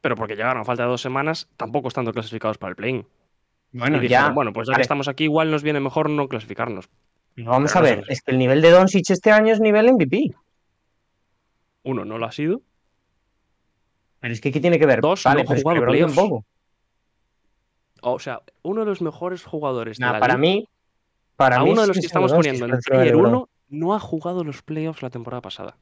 Speaker 1: Pero porque llegaron a falta de dos semanas, tampoco estando clasificados para el play-in.
Speaker 3: Bueno,
Speaker 1: y dijeron,
Speaker 3: ya.
Speaker 1: bueno, pues ya que
Speaker 3: vale.
Speaker 1: estamos aquí, igual nos viene mejor no clasificarnos.
Speaker 3: Pero vamos
Speaker 1: pero
Speaker 3: a
Speaker 1: no
Speaker 3: ver,
Speaker 1: sé.
Speaker 3: es que el nivel de Doncic este año es nivel MVP.
Speaker 1: Uno, no lo ha sido.
Speaker 3: Pero es que ¿qué tiene que ver?
Speaker 1: Dos, no
Speaker 3: vale, pues pero es que
Speaker 1: jugado
Speaker 3: LeBron
Speaker 1: playoffs.
Speaker 3: tampoco.
Speaker 1: O sea, uno de los mejores jugadores de
Speaker 3: Nah,
Speaker 1: la
Speaker 3: para
Speaker 1: liga,
Speaker 3: mí, para
Speaker 1: a
Speaker 3: mí
Speaker 1: uno de los
Speaker 3: sigue
Speaker 1: que
Speaker 3: siendo
Speaker 1: estamos
Speaker 3: Doncic
Speaker 1: poniendo en
Speaker 3: por encima de
Speaker 1: tier
Speaker 3: LeBron.
Speaker 1: 1, no ha jugado los playoffs la temporada pasada.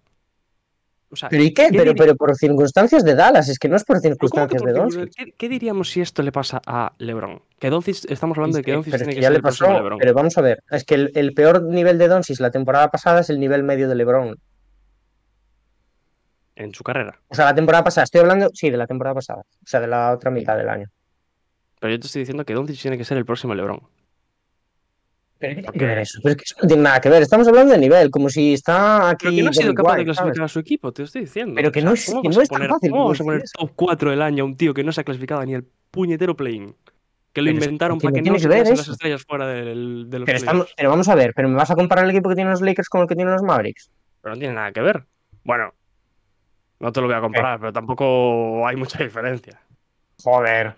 Speaker 1: O sea,
Speaker 3: ¿Pero y qué? Pero,
Speaker 1: diría-
Speaker 3: pero por circunstancias de Dallas, es que no es por
Speaker 1: pero ¿cómo que
Speaker 3: circunstancias de
Speaker 1: por
Speaker 3: Doncic.
Speaker 1: qué- ¿qué, qué diríamos si esto le pasa a LeBron? Que Doncic, estamos hablando de que
Speaker 3: Pero
Speaker 1: Doncic
Speaker 3: es
Speaker 1: tiene
Speaker 3: que
Speaker 1: que
Speaker 3: ya
Speaker 1: ser
Speaker 3: le
Speaker 1: el próximo
Speaker 3: pasó,
Speaker 1: LeBron.
Speaker 3: pero vamos a ver, es que el, el peor nivel de Doncic la temporada pasada es el nivel medio de LeBron.
Speaker 1: En su carrera.
Speaker 3: O sea, la temporada pasada, estoy hablando, sí, de la temporada pasada, o sea, de la otra mitad del año.
Speaker 1: Pero yo te estoy diciendo que Doncic tiene que ser el próximo LeBron.
Speaker 3: Pero ¿qué
Speaker 1: Porque-
Speaker 3: tiene que ver eso? Pero es que eso no tiene nada que ver, estamos hablando de nivel, como si está aquí
Speaker 1: Pero que no ha sido
Speaker 3: Derrick
Speaker 1: capaz de
Speaker 3: White, ¿sabes?
Speaker 1: clasificar a su equipo, te lo estoy diciendo.
Speaker 3: Pero que no es-
Speaker 1: ¿cómo
Speaker 3: que
Speaker 1: vas
Speaker 3: no
Speaker 1: a
Speaker 3: es tan
Speaker 1: poner-
Speaker 3: fácil
Speaker 1: ¿Cómo
Speaker 3: como
Speaker 1: vas a poner
Speaker 3: decir
Speaker 1: top 4 del año a un tío que no se ha clasificado ni el puñetero play-in? Que lo
Speaker 3: Pero es que
Speaker 1: inventaron
Speaker 3: no
Speaker 1: para que
Speaker 3: tiene
Speaker 1: no
Speaker 3: que
Speaker 1: se
Speaker 3: ver
Speaker 1: quedasen
Speaker 3: eso.
Speaker 1: las estrellas fuera del- de los
Speaker 3: Pero, estamos,
Speaker 1: playoffs.
Speaker 3: pero vamos a ver, pero me vas a comparar el equipo que tienen los Lakers con el que tienen los Mavericks.
Speaker 1: Pero no tiene nada que ver. Bueno, no te lo voy a comparar,
Speaker 3: Eh.
Speaker 1: pero tampoco hay mucha diferencia.
Speaker 3: Joder,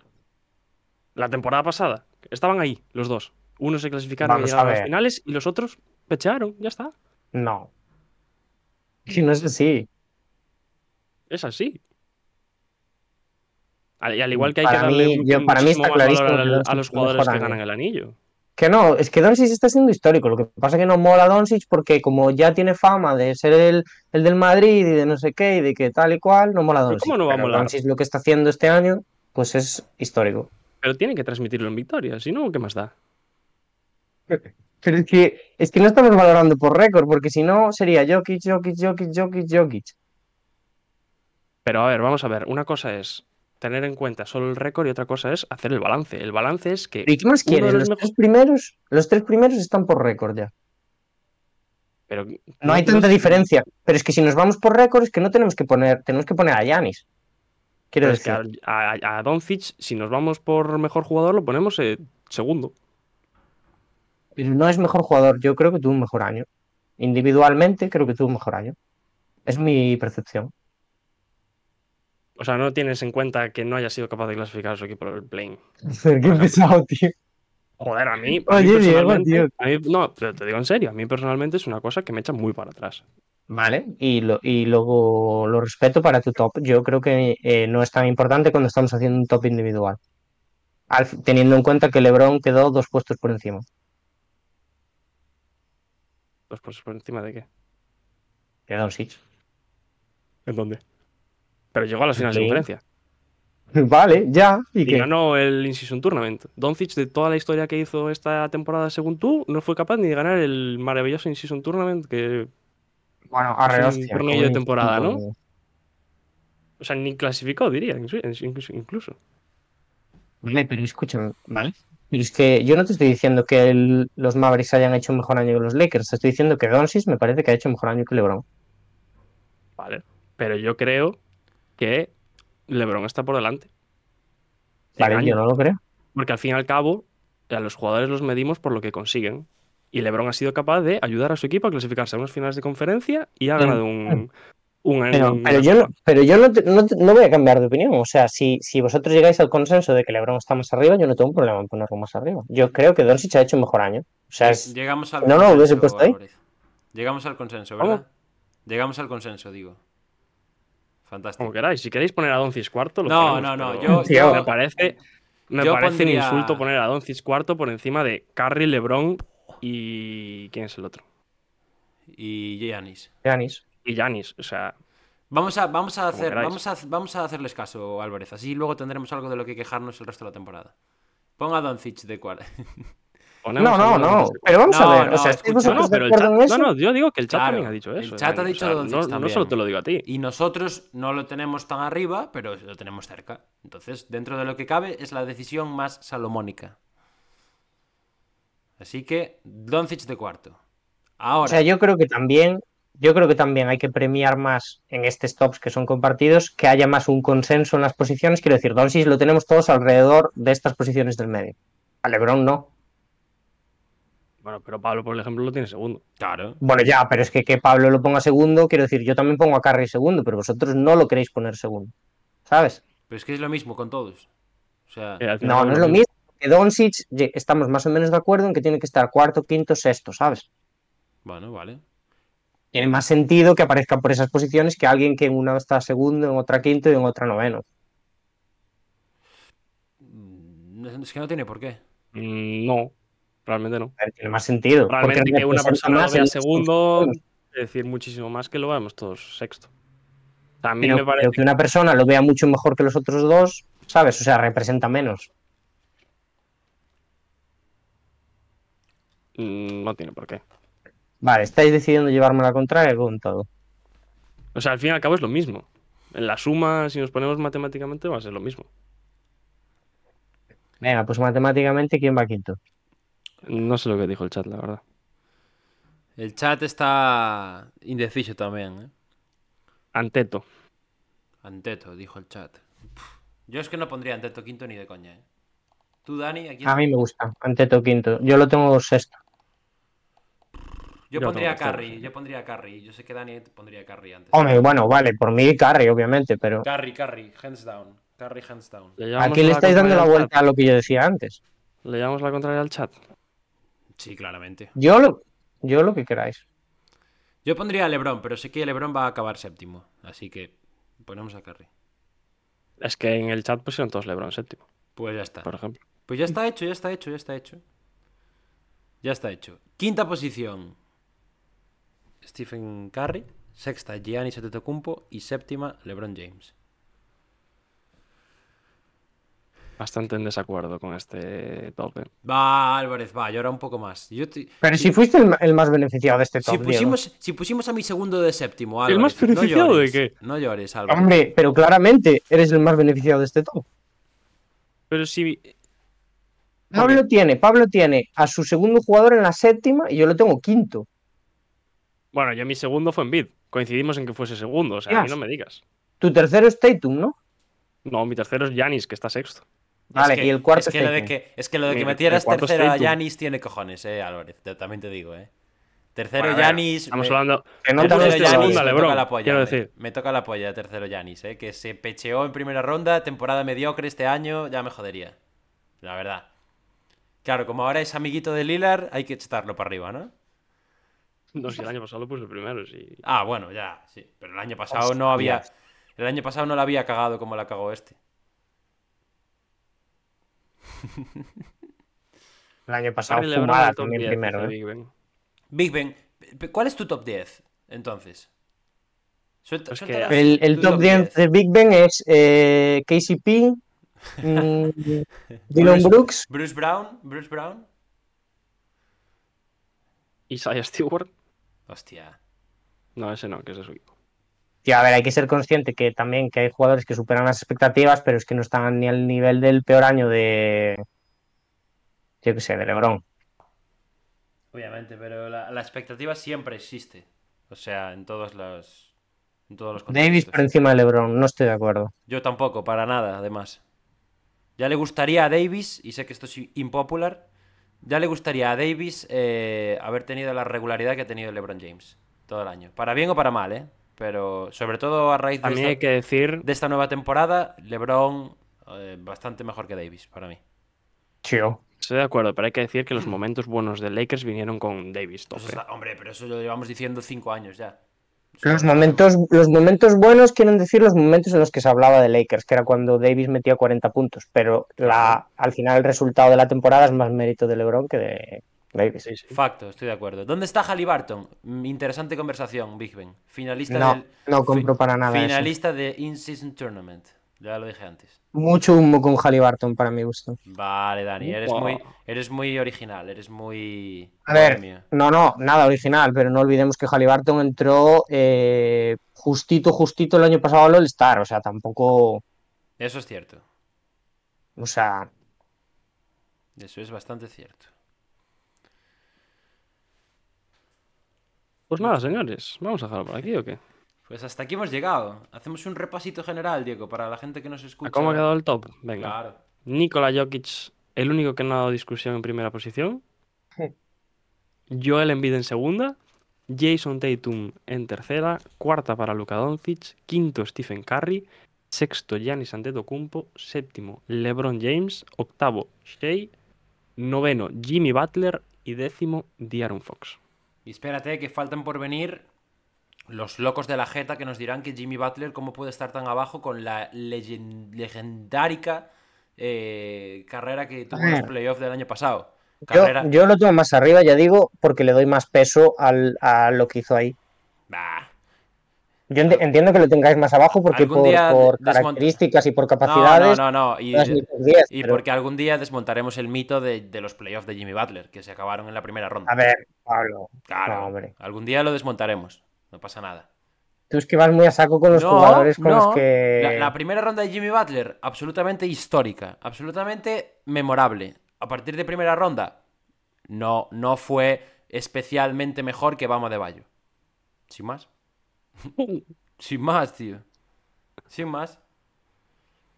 Speaker 1: La temporada pasada estaban ahí los dos. Uno se clasificaron
Speaker 3: Vamos
Speaker 1: y llegaron
Speaker 3: a
Speaker 1: a las
Speaker 3: ver.
Speaker 1: finales y los otros pecharon, ya está.
Speaker 3: no. Si no es así.
Speaker 1: Es así. Al- Y al igual que hay
Speaker 3: Para
Speaker 1: que darle
Speaker 3: mí-
Speaker 1: mu-
Speaker 3: yo- para mí
Speaker 1: muchísimo más
Speaker 3: está
Speaker 1: valor
Speaker 3: clarísimo que
Speaker 1: al-
Speaker 3: Doncic
Speaker 1: a
Speaker 3: es
Speaker 1: los
Speaker 3: el mejor
Speaker 1: jugadores que
Speaker 3: año.
Speaker 1: ganan el anillo.
Speaker 3: Que no, es que Doncic está siendo histórico. Lo que pasa es que no mola Doncic porque como ya tiene fama de ser el, el del Madrid y de no sé qué y de que tal y cual, no mola Doncic.
Speaker 1: cómo no va a
Speaker 3: Pero
Speaker 1: molar?
Speaker 3: Doncic lo que está haciendo este año, pues es histórico.
Speaker 1: Pero tiene que transmitirlo en victoria, si no, ¿qué más da?
Speaker 3: Pero es que, es que no estamos valorando por récord, porque si no sería Jokic, Jokic, Jokic, Jokic, Jokic.
Speaker 1: Pero a ver, vamos a ver, una cosa es tener en cuenta solo el récord y otra cosa es hacer el balance. El balance es que...
Speaker 3: ¿Y qué más
Speaker 1: Uno de
Speaker 3: quieres?
Speaker 1: los
Speaker 3: Los,
Speaker 1: mejores-
Speaker 3: tres primeros, los tres primeros están por récord ya.
Speaker 1: Pero
Speaker 3: No hay tanta diferencia. Pero es que si nos vamos por récord, es que no tenemos que poner, tenemos que poner a Yanis. Quiero
Speaker 1: Pero es que
Speaker 3: decir.
Speaker 1: a, a, a Doncic, si nos vamos por mejor jugador, lo ponemos eh, segundo.
Speaker 3: Pero no es mejor jugador. Yo creo que tuvo un mejor año. Individualmente, creo que tuvo un mejor año. Es mi [laughs] percepción.
Speaker 1: O sea, no tienes en cuenta que no haya sido capaz de clasificar a su equipo al plane.
Speaker 3: Qué pesado, tío.
Speaker 1: Joder, a mí. a mí
Speaker 3: Oye, Diego,
Speaker 1: personalmente-
Speaker 3: tío.
Speaker 1: a mí- no, pero te digo en serio, a mí personalmente es una cosa que me echa muy para atrás.
Speaker 3: Vale, y, lo, y luego lo respeto para tu top. Yo creo que eh, no es tan importante cuando estamos haciendo un top individual. Al- teniendo en cuenta que LeBron quedó dos puestos por encima.
Speaker 1: Dos puestos Pues, por encima de qué.
Speaker 3: De Doncic.
Speaker 1: ¿En dónde? Pero llegó a las finales de
Speaker 3: play-in.
Speaker 1: conferencia.
Speaker 3: [laughs] Vale, ya. ¿Y
Speaker 1: Y
Speaker 3: qué?
Speaker 1: ganó el Incision Tournament. Doncic, de toda la historia que hizo esta temporada, según tú, no fue capaz ni de ganar el maravilloso Incision Tournament que.
Speaker 3: Bueno, arre,
Speaker 1: un
Speaker 3: hostia,
Speaker 1: torneo
Speaker 3: qué
Speaker 1: de
Speaker 3: buen
Speaker 1: temporada,
Speaker 3: equipo.
Speaker 1: ¿no? O sea, ni clasificó, diría, incluso. incluso.
Speaker 3: Vale, pero escúchame, ¿vale? Pero es que yo no te estoy diciendo que el- los Mavericks hayan hecho un mejor año que los Lakers, te estoy diciendo que Doncic me parece que ha hecho un mejor año que LeBron.
Speaker 1: Vale. Pero yo creo que LeBron está por delante. En
Speaker 3: Vale,
Speaker 1: año.
Speaker 3: yo no lo creo.
Speaker 1: Porque al fin y al cabo, a los jugadores los medimos por lo que consiguen. Y LeBron ha sido capaz de ayudar a su equipo a clasificarse a unas finales de conferencia y ha
Speaker 3: Pero-
Speaker 1: ganado un. un-
Speaker 3: Pero,
Speaker 1: un-
Speaker 3: pero yo, no, pero yo no, te- no te- no voy a cambiar de opinión. O sea, si, si vosotros llegáis al consenso de que LeBron está más arriba, yo no tengo un problema en ponerlo más arriba. Yo creo que Doncic ha hecho un mejor año. O sea, es-
Speaker 2: Llegamos al
Speaker 3: No, no, hubiese puesto ahí.
Speaker 2: Álvarez. Llegamos al consenso, ¿verdad? Llegamos al consenso, digo.
Speaker 1: Como
Speaker 2: Fantástico.
Speaker 1: queráis. Si queréis poner a Doncic cuarto, lo
Speaker 2: No,
Speaker 1: ponemos,
Speaker 2: no, no,
Speaker 1: pero
Speaker 2: yo-
Speaker 3: Sí, oh. yo-
Speaker 1: me parece, me
Speaker 2: yo
Speaker 1: parece un
Speaker 2: pondría-
Speaker 1: insulto poner a Doncic cuarto por encima de Curry, LeBron y. ¿Quién es el otro?
Speaker 2: Y Giannis.
Speaker 3: Giannis.
Speaker 1: Y Giannis. O sea,
Speaker 2: Vamos a, vamos a
Speaker 1: Como
Speaker 2: hacer,
Speaker 1: queráis.
Speaker 2: vamos a, vamos a hacerles caso, Álvarez. Así luego tendremos algo de lo que quejarnos el resto de la temporada. Ponga a Doncic de cuarto.
Speaker 1: ponemos
Speaker 3: No,
Speaker 1: a
Speaker 3: no,
Speaker 1: LeBron
Speaker 3: no.
Speaker 1: desde-
Speaker 3: Pero vamos
Speaker 2: No,
Speaker 3: a ver.
Speaker 2: no,
Speaker 3: o sea, ¿estáis
Speaker 2: escucha,
Speaker 1: No,
Speaker 3: vosotros
Speaker 1: no,
Speaker 3: de
Speaker 1: pero el
Speaker 3: acuerdo
Speaker 1: chat,
Speaker 3: en eso?
Speaker 1: no, no, yo digo que el chat
Speaker 2: Claro,
Speaker 1: también ha dicho
Speaker 2: el
Speaker 1: eso.
Speaker 2: chat ha
Speaker 1: Dani, o
Speaker 2: dicho
Speaker 1: sea,
Speaker 2: Doncic
Speaker 1: no, no
Speaker 2: también.
Speaker 1: solo te lo digo a ti.
Speaker 2: [laughs] Y nosotros no lo tenemos tan arriba, pero lo tenemos cerca. Entonces, dentro de lo que cabe, es la decisión más salomónica. Así que, Doncic de cuarto. Ahora,
Speaker 3: O sea, yo creo que también, yo creo que también hay que premiar más en estos tops que son compartidos, que haya más un consenso en las posiciones. Quiero decir, Doncic lo tenemos todos alrededor de estas posiciones del medio. A LeBron no.
Speaker 1: Bueno, pero Pablo, por ejemplo, lo tiene segundo.
Speaker 2: claro.
Speaker 3: Bueno, ya, pero es que que Pablo lo ponga segundo, quiero decir, yo también pongo a Curry segundo, pero vosotros no lo queréis poner segundo. ¿Sabes?
Speaker 2: Pero es que es lo mismo con todos. O sea,
Speaker 1: Eh, al final
Speaker 3: No,
Speaker 1: es
Speaker 3: no es lo mismo. Que Doncic ye- estamos más o menos de acuerdo en que tiene que estar cuarto, quinto, sexto, ¿sabes?
Speaker 2: bueno, vale.
Speaker 3: Tiene más sentido que aparezca por esas posiciones que alguien que en una está segundo, en otra quinto y en otra noveno.
Speaker 2: Mm, Es que no tiene por qué.
Speaker 1: Mm, No, realmente no.
Speaker 3: A ver, tiene más sentido.
Speaker 1: Realmente
Speaker 3: porque
Speaker 1: que una
Speaker 3: representa
Speaker 1: persona lo
Speaker 3: más
Speaker 1: vea
Speaker 3: el-
Speaker 1: segundo, es decir, muchísimo más que lo veamos todos sexto. O sea, a mí
Speaker 3: Pero,
Speaker 1: me parece
Speaker 3: pero que una persona lo vea mucho mejor que los otros dos, ¿sabes? O sea, representa menos.
Speaker 1: que mm, no tiene por qué.
Speaker 3: Vale, estáis decidiendo llevarme la contraria con todo.
Speaker 1: O sea, al fin y al cabo es lo mismo. En la suma, si nos ponemos matemáticamente, va a ser lo mismo.
Speaker 3: Venga, pues matemáticamente, ¿quién va quinto?
Speaker 1: No sé lo que dijo el chat, la verdad.
Speaker 2: El chat está indeciso también, ¿eh?
Speaker 1: Anteto.
Speaker 2: Anteto, dijo el chat. Pff, Yo es que no pondría Anteto quinto ni de coña, ¿eh? Tú, Dani, aquí
Speaker 3: A mí me gusta, ante todo quinto. Yo lo tengo sexto.
Speaker 1: Yo
Speaker 2: Yo pondría a
Speaker 1: tengo que
Speaker 2: Carry,
Speaker 1: hacerlo,
Speaker 2: yo pondría a Carry. Yo sé que Dani pondría a Carry antes.
Speaker 3: Hombre, bueno, vale, por mí Carry, obviamente, pero
Speaker 2: Carry, Carry, hands down. Carry, hands down.
Speaker 1: ¿Le llevamos
Speaker 3: aquí le
Speaker 1: la
Speaker 3: estáis dando la
Speaker 1: contraria al
Speaker 3: vuelta a lo que yo decía antes.
Speaker 1: chat? ¿Le llevamos la contraria al chat?
Speaker 2: Sí, claramente.
Speaker 3: Yo lo, yo lo que queráis.
Speaker 2: Yo pondría a Lebron, pero sé que Lebron va a acabar séptimo. Así que ponemos a Carry.
Speaker 1: Es que en el chat pusieron todos LeBron séptimo,
Speaker 2: Pues ya está.
Speaker 1: por ejemplo.
Speaker 2: Pues ya está hecho, ya está hecho, ya está hecho. Ya está hecho. Quinta posición. Stephen Curry. Sexta, Giannis Antetokounmpo. Y séptima, LeBron James.
Speaker 1: Bastante en desacuerdo con este top. ¿eh?
Speaker 2: Va, Álvarez, va, llora un poco más. Yo te-
Speaker 3: Pero si fuiste el, ma- el más beneficiado de este top
Speaker 2: si,
Speaker 3: 10,
Speaker 2: pusimos, si pusimos a mi segundo de séptimo,
Speaker 1: ¿El
Speaker 2: Álvarez.
Speaker 1: más beneficiado
Speaker 2: no
Speaker 1: de
Speaker 2: llores,
Speaker 1: qué?
Speaker 2: No llores,
Speaker 3: ¿no?
Speaker 2: Álvarez.
Speaker 3: Hombre, pero claramente eres el más beneficiado de este top.
Speaker 1: Pero si.
Speaker 3: Pablo tiene, Pablo tiene a su segundo jugador en la séptima y yo lo tengo quinto.
Speaker 1: Bueno, yo mi segundo fue en bid. Coincidimos en que fuese segundo, o sea, a mí no
Speaker 3: Yes.
Speaker 1: me digas.
Speaker 3: Tu tercero es Tatum, ¿no?
Speaker 1: No, mi tercero es Yanis, que está sexto.
Speaker 2: Es
Speaker 3: Vale,
Speaker 2: que-
Speaker 3: y el cuarto
Speaker 2: es
Speaker 3: es,
Speaker 2: que, lo de
Speaker 3: Tatum.
Speaker 2: que Es que lo de que
Speaker 1: El-
Speaker 2: metieras
Speaker 1: el cuarto es
Speaker 2: tercero a
Speaker 1: Tatum.
Speaker 2: Yanis tiene cojones, eh, Álvarez. Te- también te digo, eh. Tercero
Speaker 1: Bueno, a ver,
Speaker 2: Yanis.
Speaker 1: Estamos
Speaker 2: eh,
Speaker 1: hablando.
Speaker 3: Que no
Speaker 1: el
Speaker 3: te
Speaker 1: tercero
Speaker 2: tercero
Speaker 1: este
Speaker 3: hables de
Speaker 2: Giannis
Speaker 3: Yanis.
Speaker 1: segunda,
Speaker 2: me
Speaker 1: LeBron,
Speaker 2: toca la polla.
Speaker 1: quiero
Speaker 2: me-
Speaker 1: decir.
Speaker 2: Me, toca la polla, tercero Yanis, eh. Que se pecheó en primera ronda, temporada mediocre este año, ya me jodería. La verdad. Claro, como ahora es amiguito de Lilar, hay que echarlo para arriba, ¿no?
Speaker 1: No, si el año pasado lo puse primero, sí.
Speaker 2: Ah, bueno, ya, sí. Pero el año pasado
Speaker 3: Hostia.
Speaker 2: no había. El año pasado no la había cagado como la cagó este.
Speaker 3: El año pasado
Speaker 1: Harry LeBron en
Speaker 3: fumada
Speaker 1: el top
Speaker 3: también
Speaker 1: 10
Speaker 3: primero,
Speaker 1: dice
Speaker 3: ¿eh?
Speaker 1: Big Ben.
Speaker 2: Big Ben, pe- pe- ¿cuál es tu top 10? Entonces. Suelta-
Speaker 1: Pues que-
Speaker 2: suelta la-
Speaker 3: El, el
Speaker 2: tu
Speaker 3: top 10 de Big Ben es eh, KCP,
Speaker 1: [laughs]
Speaker 3: mm, Dylan
Speaker 2: Bruce-
Speaker 3: Brooks,
Speaker 2: Bruce Brown, Bruce Brown.
Speaker 1: Isaiah Stewart.
Speaker 2: Hostia.
Speaker 1: No, ese no, que ese es su equipo.
Speaker 3: Tío, a ver, hay que ser consciente que también que hay jugadores que superan las expectativas, pero es que no están ni al nivel del peor año de. Yo qué sé, de LeBron.
Speaker 2: Obviamente, pero la, la expectativa siempre existe. O sea, en todos los. En todos los
Speaker 3: Davis
Speaker 2: contextos.
Speaker 3: por encima de LeBron, no estoy de acuerdo.
Speaker 2: Yo tampoco, para nada, además. Ya le gustaría a Davis, y sé que esto es impopular, ya le gustaría a Davis eh, haber tenido la regularidad que ha tenido LeBron James todo el año. Para bien o para mal, ¿eh? Pero sobre todo a raíz de,
Speaker 1: También hay
Speaker 2: esta,
Speaker 1: que decir.
Speaker 2: de esta nueva temporada, LeBron eh, bastante mejor que Davis, para mí.
Speaker 3: Tío.
Speaker 1: Estoy de acuerdo, pero hay que decir que los momentos buenos de Lakers vinieron con Davis.
Speaker 2: Eso
Speaker 1: Tope.
Speaker 2: está- hombre, pero eso lo llevamos diciendo cinco años ya.
Speaker 3: Los momentos, los momentos buenos quieren decir los momentos en los que se hablaba de Lakers, que era cuando Davis metía 40 puntos, pero la, al final el resultado de la temporada es más mérito de LeBron que de Davis.
Speaker 1: Sí, sí.
Speaker 2: Facto, estoy de acuerdo. ¿Dónde está Halliburton? Mm, Interesante conversación, Big Ben. Finalista
Speaker 3: No,
Speaker 2: del...
Speaker 3: no compro
Speaker 2: fi-
Speaker 3: para nada. eso.
Speaker 2: Finalista de In-Season Tournament. Ya lo dije antes.
Speaker 3: Mucho humo con Halliburton para mi gusto.
Speaker 2: Vale, Dani, eres
Speaker 1: Upa.
Speaker 2: muy, eres muy original, eres muy...
Speaker 3: A ver,
Speaker 2: Madre mía.
Speaker 3: no, no, nada original, pero no olvidemos que Halliburton entró eh, justito, justito el año pasado al All-Star, o sea, tampoco,
Speaker 2: Eso es cierto.
Speaker 3: o sea,
Speaker 2: Eso es bastante cierto.
Speaker 1: Pues nada, señores, vamos a dejarlo por aquí o qué.
Speaker 2: Pues hasta aquí hemos llegado. Hacemos un repasito general, Diego, para la gente que nos
Speaker 1: ¿A
Speaker 2: escucha.
Speaker 1: cómo ha quedado el top? Venga.
Speaker 2: Claro.
Speaker 1: Nikola Jokic, el único que no ha dado discusión en primera posición.
Speaker 3: Sí.
Speaker 1: Joel Embiid en segunda. Jason Tatum en tercera. Cuarta para Luka Doncic. Quinto Stephen Curry. Sexto Giannis Antetokounmpo. Séptimo LeBron James. Octavo Shea. Noveno Jimmy Butler. Y décimo De'Aaron Fox.
Speaker 2: Y espérate, que faltan por venir los locos de la jeta que nos dirán que Jimmy Butler, ¿cómo puede estar tan abajo con la leyen- legendárica eh, carrera que tuvo en los
Speaker 3: ver.
Speaker 2: playoffs del año pasado?
Speaker 3: yo,
Speaker 2: Carrera...
Speaker 3: yo lo tengo más arriba, ya digo, porque le doy más peso al, a lo que hizo ahí.
Speaker 2: Bah.
Speaker 3: Yo enti- entiendo que lo tengáis más abajo porque
Speaker 2: Algún
Speaker 3: por,
Speaker 2: día
Speaker 3: por
Speaker 2: desmonta-
Speaker 3: características y por
Speaker 2: No,
Speaker 3: capacidades
Speaker 2: No, no, no. Y,
Speaker 3: no es ni top 10,
Speaker 2: y
Speaker 3: pero,
Speaker 2: porque algún día desmontaremos el mito de, de los playoffs de Jimmy Butler, que se acabaron en la primera ronda.
Speaker 3: a ver, Pablo,
Speaker 2: claro.
Speaker 3: no, hombre.
Speaker 2: Algún día lo desmontaremos. No pasa nada.
Speaker 3: tú es que vas muy a saco con los
Speaker 2: No,
Speaker 3: jugadores con
Speaker 2: no.
Speaker 3: los que...
Speaker 2: La, la primera ronda de Jimmy Butler, absolutamente histórica, absolutamente memorable. A partir de primera ronda, no, no fue especialmente mejor que Bama de Bayo. Sin
Speaker 3: [laughs]
Speaker 2: más. Sin más, tío. Sin más.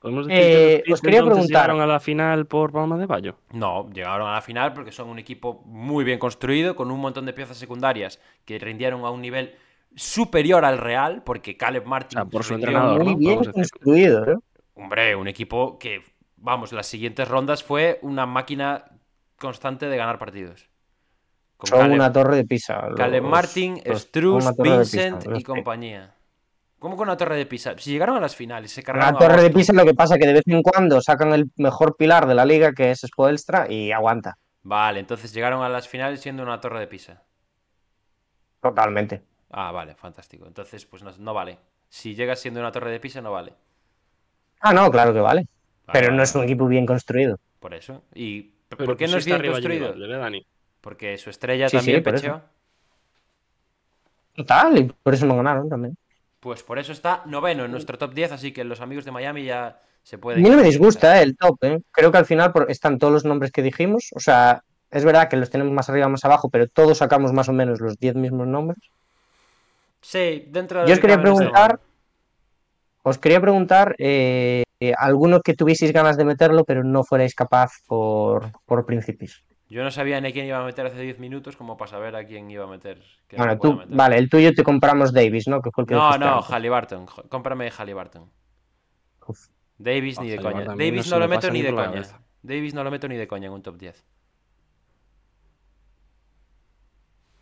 Speaker 1: Podemos
Speaker 3: Eh,
Speaker 1: los
Speaker 3: os quería
Speaker 1: entonces
Speaker 3: preguntar-
Speaker 1: llegaron a la final por Palma de Bayo.
Speaker 2: No, llegaron a la final porque son un equipo muy bien construido, con un montón de piezas secundarias que rindieron a un nivel superior al real, porque Caleb Martin
Speaker 1: O sea, por su
Speaker 2: rindió-
Speaker 1: entrenador.
Speaker 3: muy
Speaker 1: ¿no?
Speaker 3: bien
Speaker 1: Vamos a decir.
Speaker 3: construido, ¿eh?
Speaker 2: Hombre, un equipo que, vamos, las siguientes rondas fue una máquina constante de ganar partidos. Con
Speaker 3: Son
Speaker 2: Caleb,
Speaker 3: una torre de pisa.
Speaker 2: Caleb
Speaker 3: los-
Speaker 2: Martin,
Speaker 3: los-
Speaker 2: Struz,
Speaker 3: una torre de pisa,
Speaker 2: Vincent
Speaker 3: los-
Speaker 2: y compañía. ¿Cómo con una torre de pisa? Si llegaron a las finales, se cargaron
Speaker 3: Una
Speaker 2: a
Speaker 3: torre de
Speaker 2: Boston.
Speaker 3: pisa lo que pasa que de vez en cuando sacan el mejor pilar de la liga que es Spoelstra y aguanta.
Speaker 2: Vale, entonces llegaron a las finales siendo una torre de pisa.
Speaker 3: Totalmente.
Speaker 2: Ah, vale, fantástico. Entonces, pues no, no vale. Si llegas siendo una torre de pisa, no vale.
Speaker 3: Ah, no, claro que vale.
Speaker 2: Vale,
Speaker 3: Pero
Speaker 2: vale,
Speaker 3: no es un equipo bien construido.
Speaker 2: Por eso. ¿Y p-
Speaker 1: Pero
Speaker 2: por qué
Speaker 1: tú
Speaker 2: no
Speaker 1: sí
Speaker 2: es
Speaker 1: está
Speaker 2: bien
Speaker 1: arriba eh.
Speaker 2: construido?
Speaker 1: Ginobili, ¿verdad, Dani?
Speaker 2: Porque su estrella
Speaker 3: Sí, sí,
Speaker 2: también
Speaker 3: por eso.
Speaker 2: pecheó.
Speaker 3: Total, y por eso no ganaron también.
Speaker 2: Pues por eso está noveno en nuestro top 10, así que los amigos de Miami ya se
Speaker 3: A
Speaker 2: pueden.
Speaker 3: mí no me
Speaker 2: ir.
Speaker 3: disgusta eh, el top, ¿eh? Creo que al final por- están todos los nombres que dijimos. O sea, es verdad que los tenemos más arriba, más abajo, pero todos sacamos más o menos los 10 mismos nombres.
Speaker 2: Sí, dentro de
Speaker 3: Yo
Speaker 2: lo
Speaker 3: os
Speaker 2: que
Speaker 3: quería
Speaker 2: cabe en este
Speaker 3: preguntar-
Speaker 2: lugar.
Speaker 3: Os quería preguntar, eh, eh, alguno que tuvieseis ganas de meterlo, pero no fuerais capaz por, por principios.
Speaker 2: Yo no sabía ni a quién iba a meter hace 10 minutos, como para saber a quién iba a meter. que no
Speaker 3: Bueno,
Speaker 2: pueda
Speaker 3: tú,
Speaker 2: meter.
Speaker 3: vale, el tuyo te compramos Davis, ¿no? Que fue el que
Speaker 2: No,
Speaker 3: dijiste
Speaker 2: no,
Speaker 3: antes.
Speaker 2: Halliburton. jo- Cómprame Halliburton.
Speaker 3: Uf.
Speaker 2: Davis
Speaker 1: Ah,
Speaker 2: ni de coña.
Speaker 1: Halliburton, a mí
Speaker 2: Davis
Speaker 1: no
Speaker 2: no,
Speaker 1: se
Speaker 2: lo
Speaker 1: me
Speaker 2: meto
Speaker 1: pasa
Speaker 2: ni
Speaker 1: ni
Speaker 2: de
Speaker 1: por la
Speaker 2: coña.
Speaker 1: cabeza.
Speaker 2: Davis no lo meto ni de coña en un top 10.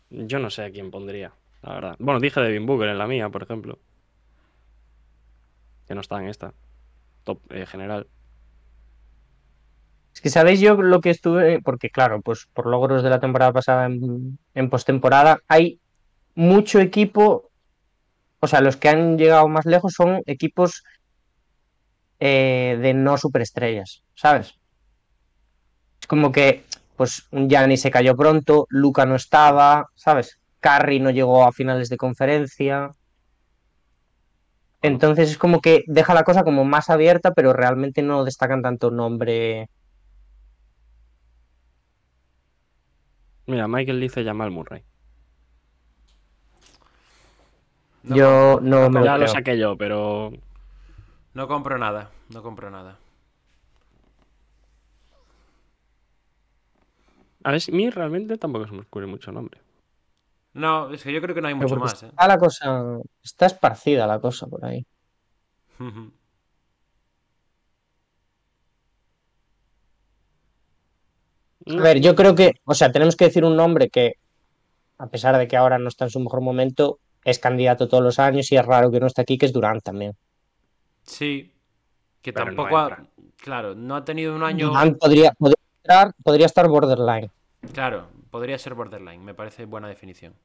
Speaker 1: Yo no sé a quién pondría, la verdad. Bueno, dije Devin Booker en la mía, por ejemplo. Que no está en esta. Top eh, general.
Speaker 3: Es que sabéis yo lo que estuve, porque claro, pues por logros de la temporada pasada en, en postemporada, hay mucho equipo, o sea, los que han llegado más lejos son equipos eh, de no superestrellas, ¿sabes? Es como que, pues, un Gianni se cayó pronto, Luca no estaba, ¿sabes? Curry no llegó a finales de conferencia. Entonces es como que deja la cosa como más abierta, pero realmente no destacan tanto nombre.
Speaker 1: Mira, Michael dice Jamal Murray.
Speaker 2: No,
Speaker 3: yo no me lo
Speaker 1: ya lo
Speaker 3: creo.
Speaker 1: saqué yo, pero.
Speaker 2: No compro nada, no compro nada.
Speaker 1: A ver, si- a mí realmente tampoco se me ocurre mucho nombre.
Speaker 2: No, es que yo creo que no hay
Speaker 3: Pero
Speaker 2: mucho
Speaker 3: porque
Speaker 2: más, ¿eh? [laughs]
Speaker 3: Está la cosa. Está esparcida la cosa por ahí.
Speaker 1: Mm,
Speaker 3: A ver, yo creo que. O sea, tenemos que decir un nombre que, a pesar de que ahora no está en su mejor momento, es candidato todos los años y es raro que no esté aquí, que es Durant también.
Speaker 2: Sí. Que
Speaker 1: Pero no
Speaker 2: tampoco ha...
Speaker 1: entra.
Speaker 2: Claro, no ha tenido un año...
Speaker 3: Durant podría, podría, estar, podría estar borderline.
Speaker 2: Claro, podría ser borderline, me parece buena definición.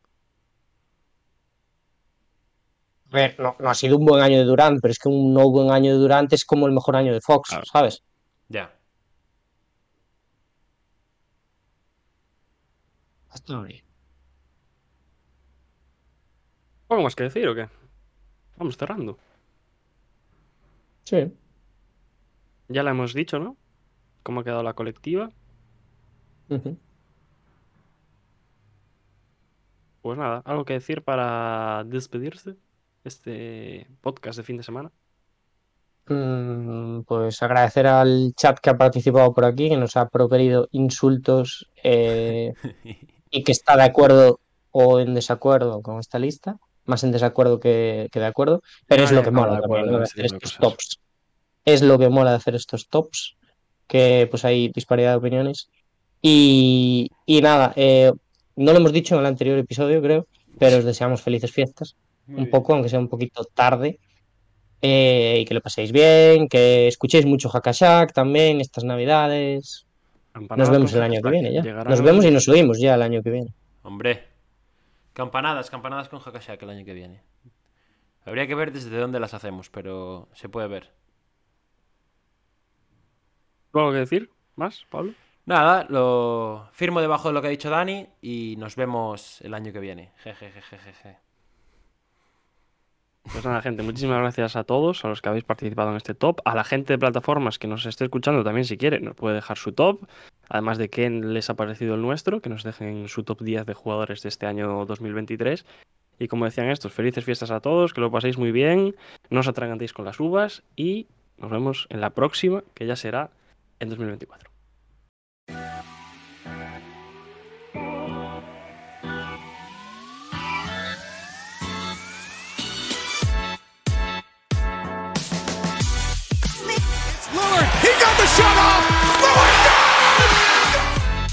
Speaker 3: A ver, no, no ha sido un buen año de Durant, pero es que un no buen año de Durant es como el mejor año de Fox,
Speaker 1: Claro.
Speaker 3: ¿sabes?
Speaker 2: Ya.
Speaker 1: ¿Poco más que decir o qué? Vamos cerrando.
Speaker 3: Sí.
Speaker 1: Ya la hemos dicho, ¿no? ¿Cómo ha quedado la colectiva?
Speaker 3: Ujú.
Speaker 1: Pues nada, algo que decir para despedirse este podcast de fin de semana.
Speaker 3: Mm, Pues agradecer al chat que ha participado por aquí, que nos ha proferido insultos [laughs] eh, y que está de acuerdo o en desacuerdo con esta lista, más en desacuerdo que, que de acuerdo, pero es
Speaker 1: Nadie
Speaker 3: lo que
Speaker 1: acaba
Speaker 3: mola
Speaker 1: de
Speaker 3: también,
Speaker 1: acuerdo
Speaker 3: Ah, ¿no?
Speaker 1: en
Speaker 3: de
Speaker 1: este
Speaker 3: hacer
Speaker 1: tipo de
Speaker 3: estos
Speaker 1: cosas.
Speaker 3: tops. Es lo que mola de hacer estos tops, que pues hay disparidad de opiniones. Y, y nada, eh, no lo hemos dicho en el anterior episodio, creo, pero os deseamos felices fiestas un poco, aunque sea un poquito tarde. eh, y que lo paséis bien, que escuchéis mucho Hakashak también estas navidades. Nos
Speaker 1: Campanada
Speaker 3: vemos
Speaker 1: con
Speaker 3: el año que
Speaker 1: hashtag.
Speaker 3: viene ya.
Speaker 1: Llegará
Speaker 3: Nos
Speaker 1: el-
Speaker 3: vemos y nos oímos ya el año que viene.
Speaker 2: Hombre. Campanadas, campanadas con Hakashak el año que viene. Habría que ver desde dónde las hacemos, pero se puede ver.
Speaker 1: ¿Algo que decir? ¿Más, Pablo?
Speaker 2: Nada, lo firmo debajo de lo que ha dicho Dani y nos vemos el año que viene. Jejejejeje.
Speaker 1: Pues nada, gente, muchísimas gracias a todos, a los que habéis participado en este top, a la gente de plataformas que nos esté escuchando también, si quiere, nos puede dejar su top, además de qué les ha parecido el nuestro, que nos dejen su top 10 de jugadores de este año 2023. Y como decían estos, felices fiestas a todos, que lo paséis muy bien, no os atragantéis con las uvas y nos vemos en la próxima, que ya será en 2024.
Speaker 4: Lillard, he got the shot off. Lillard, yes!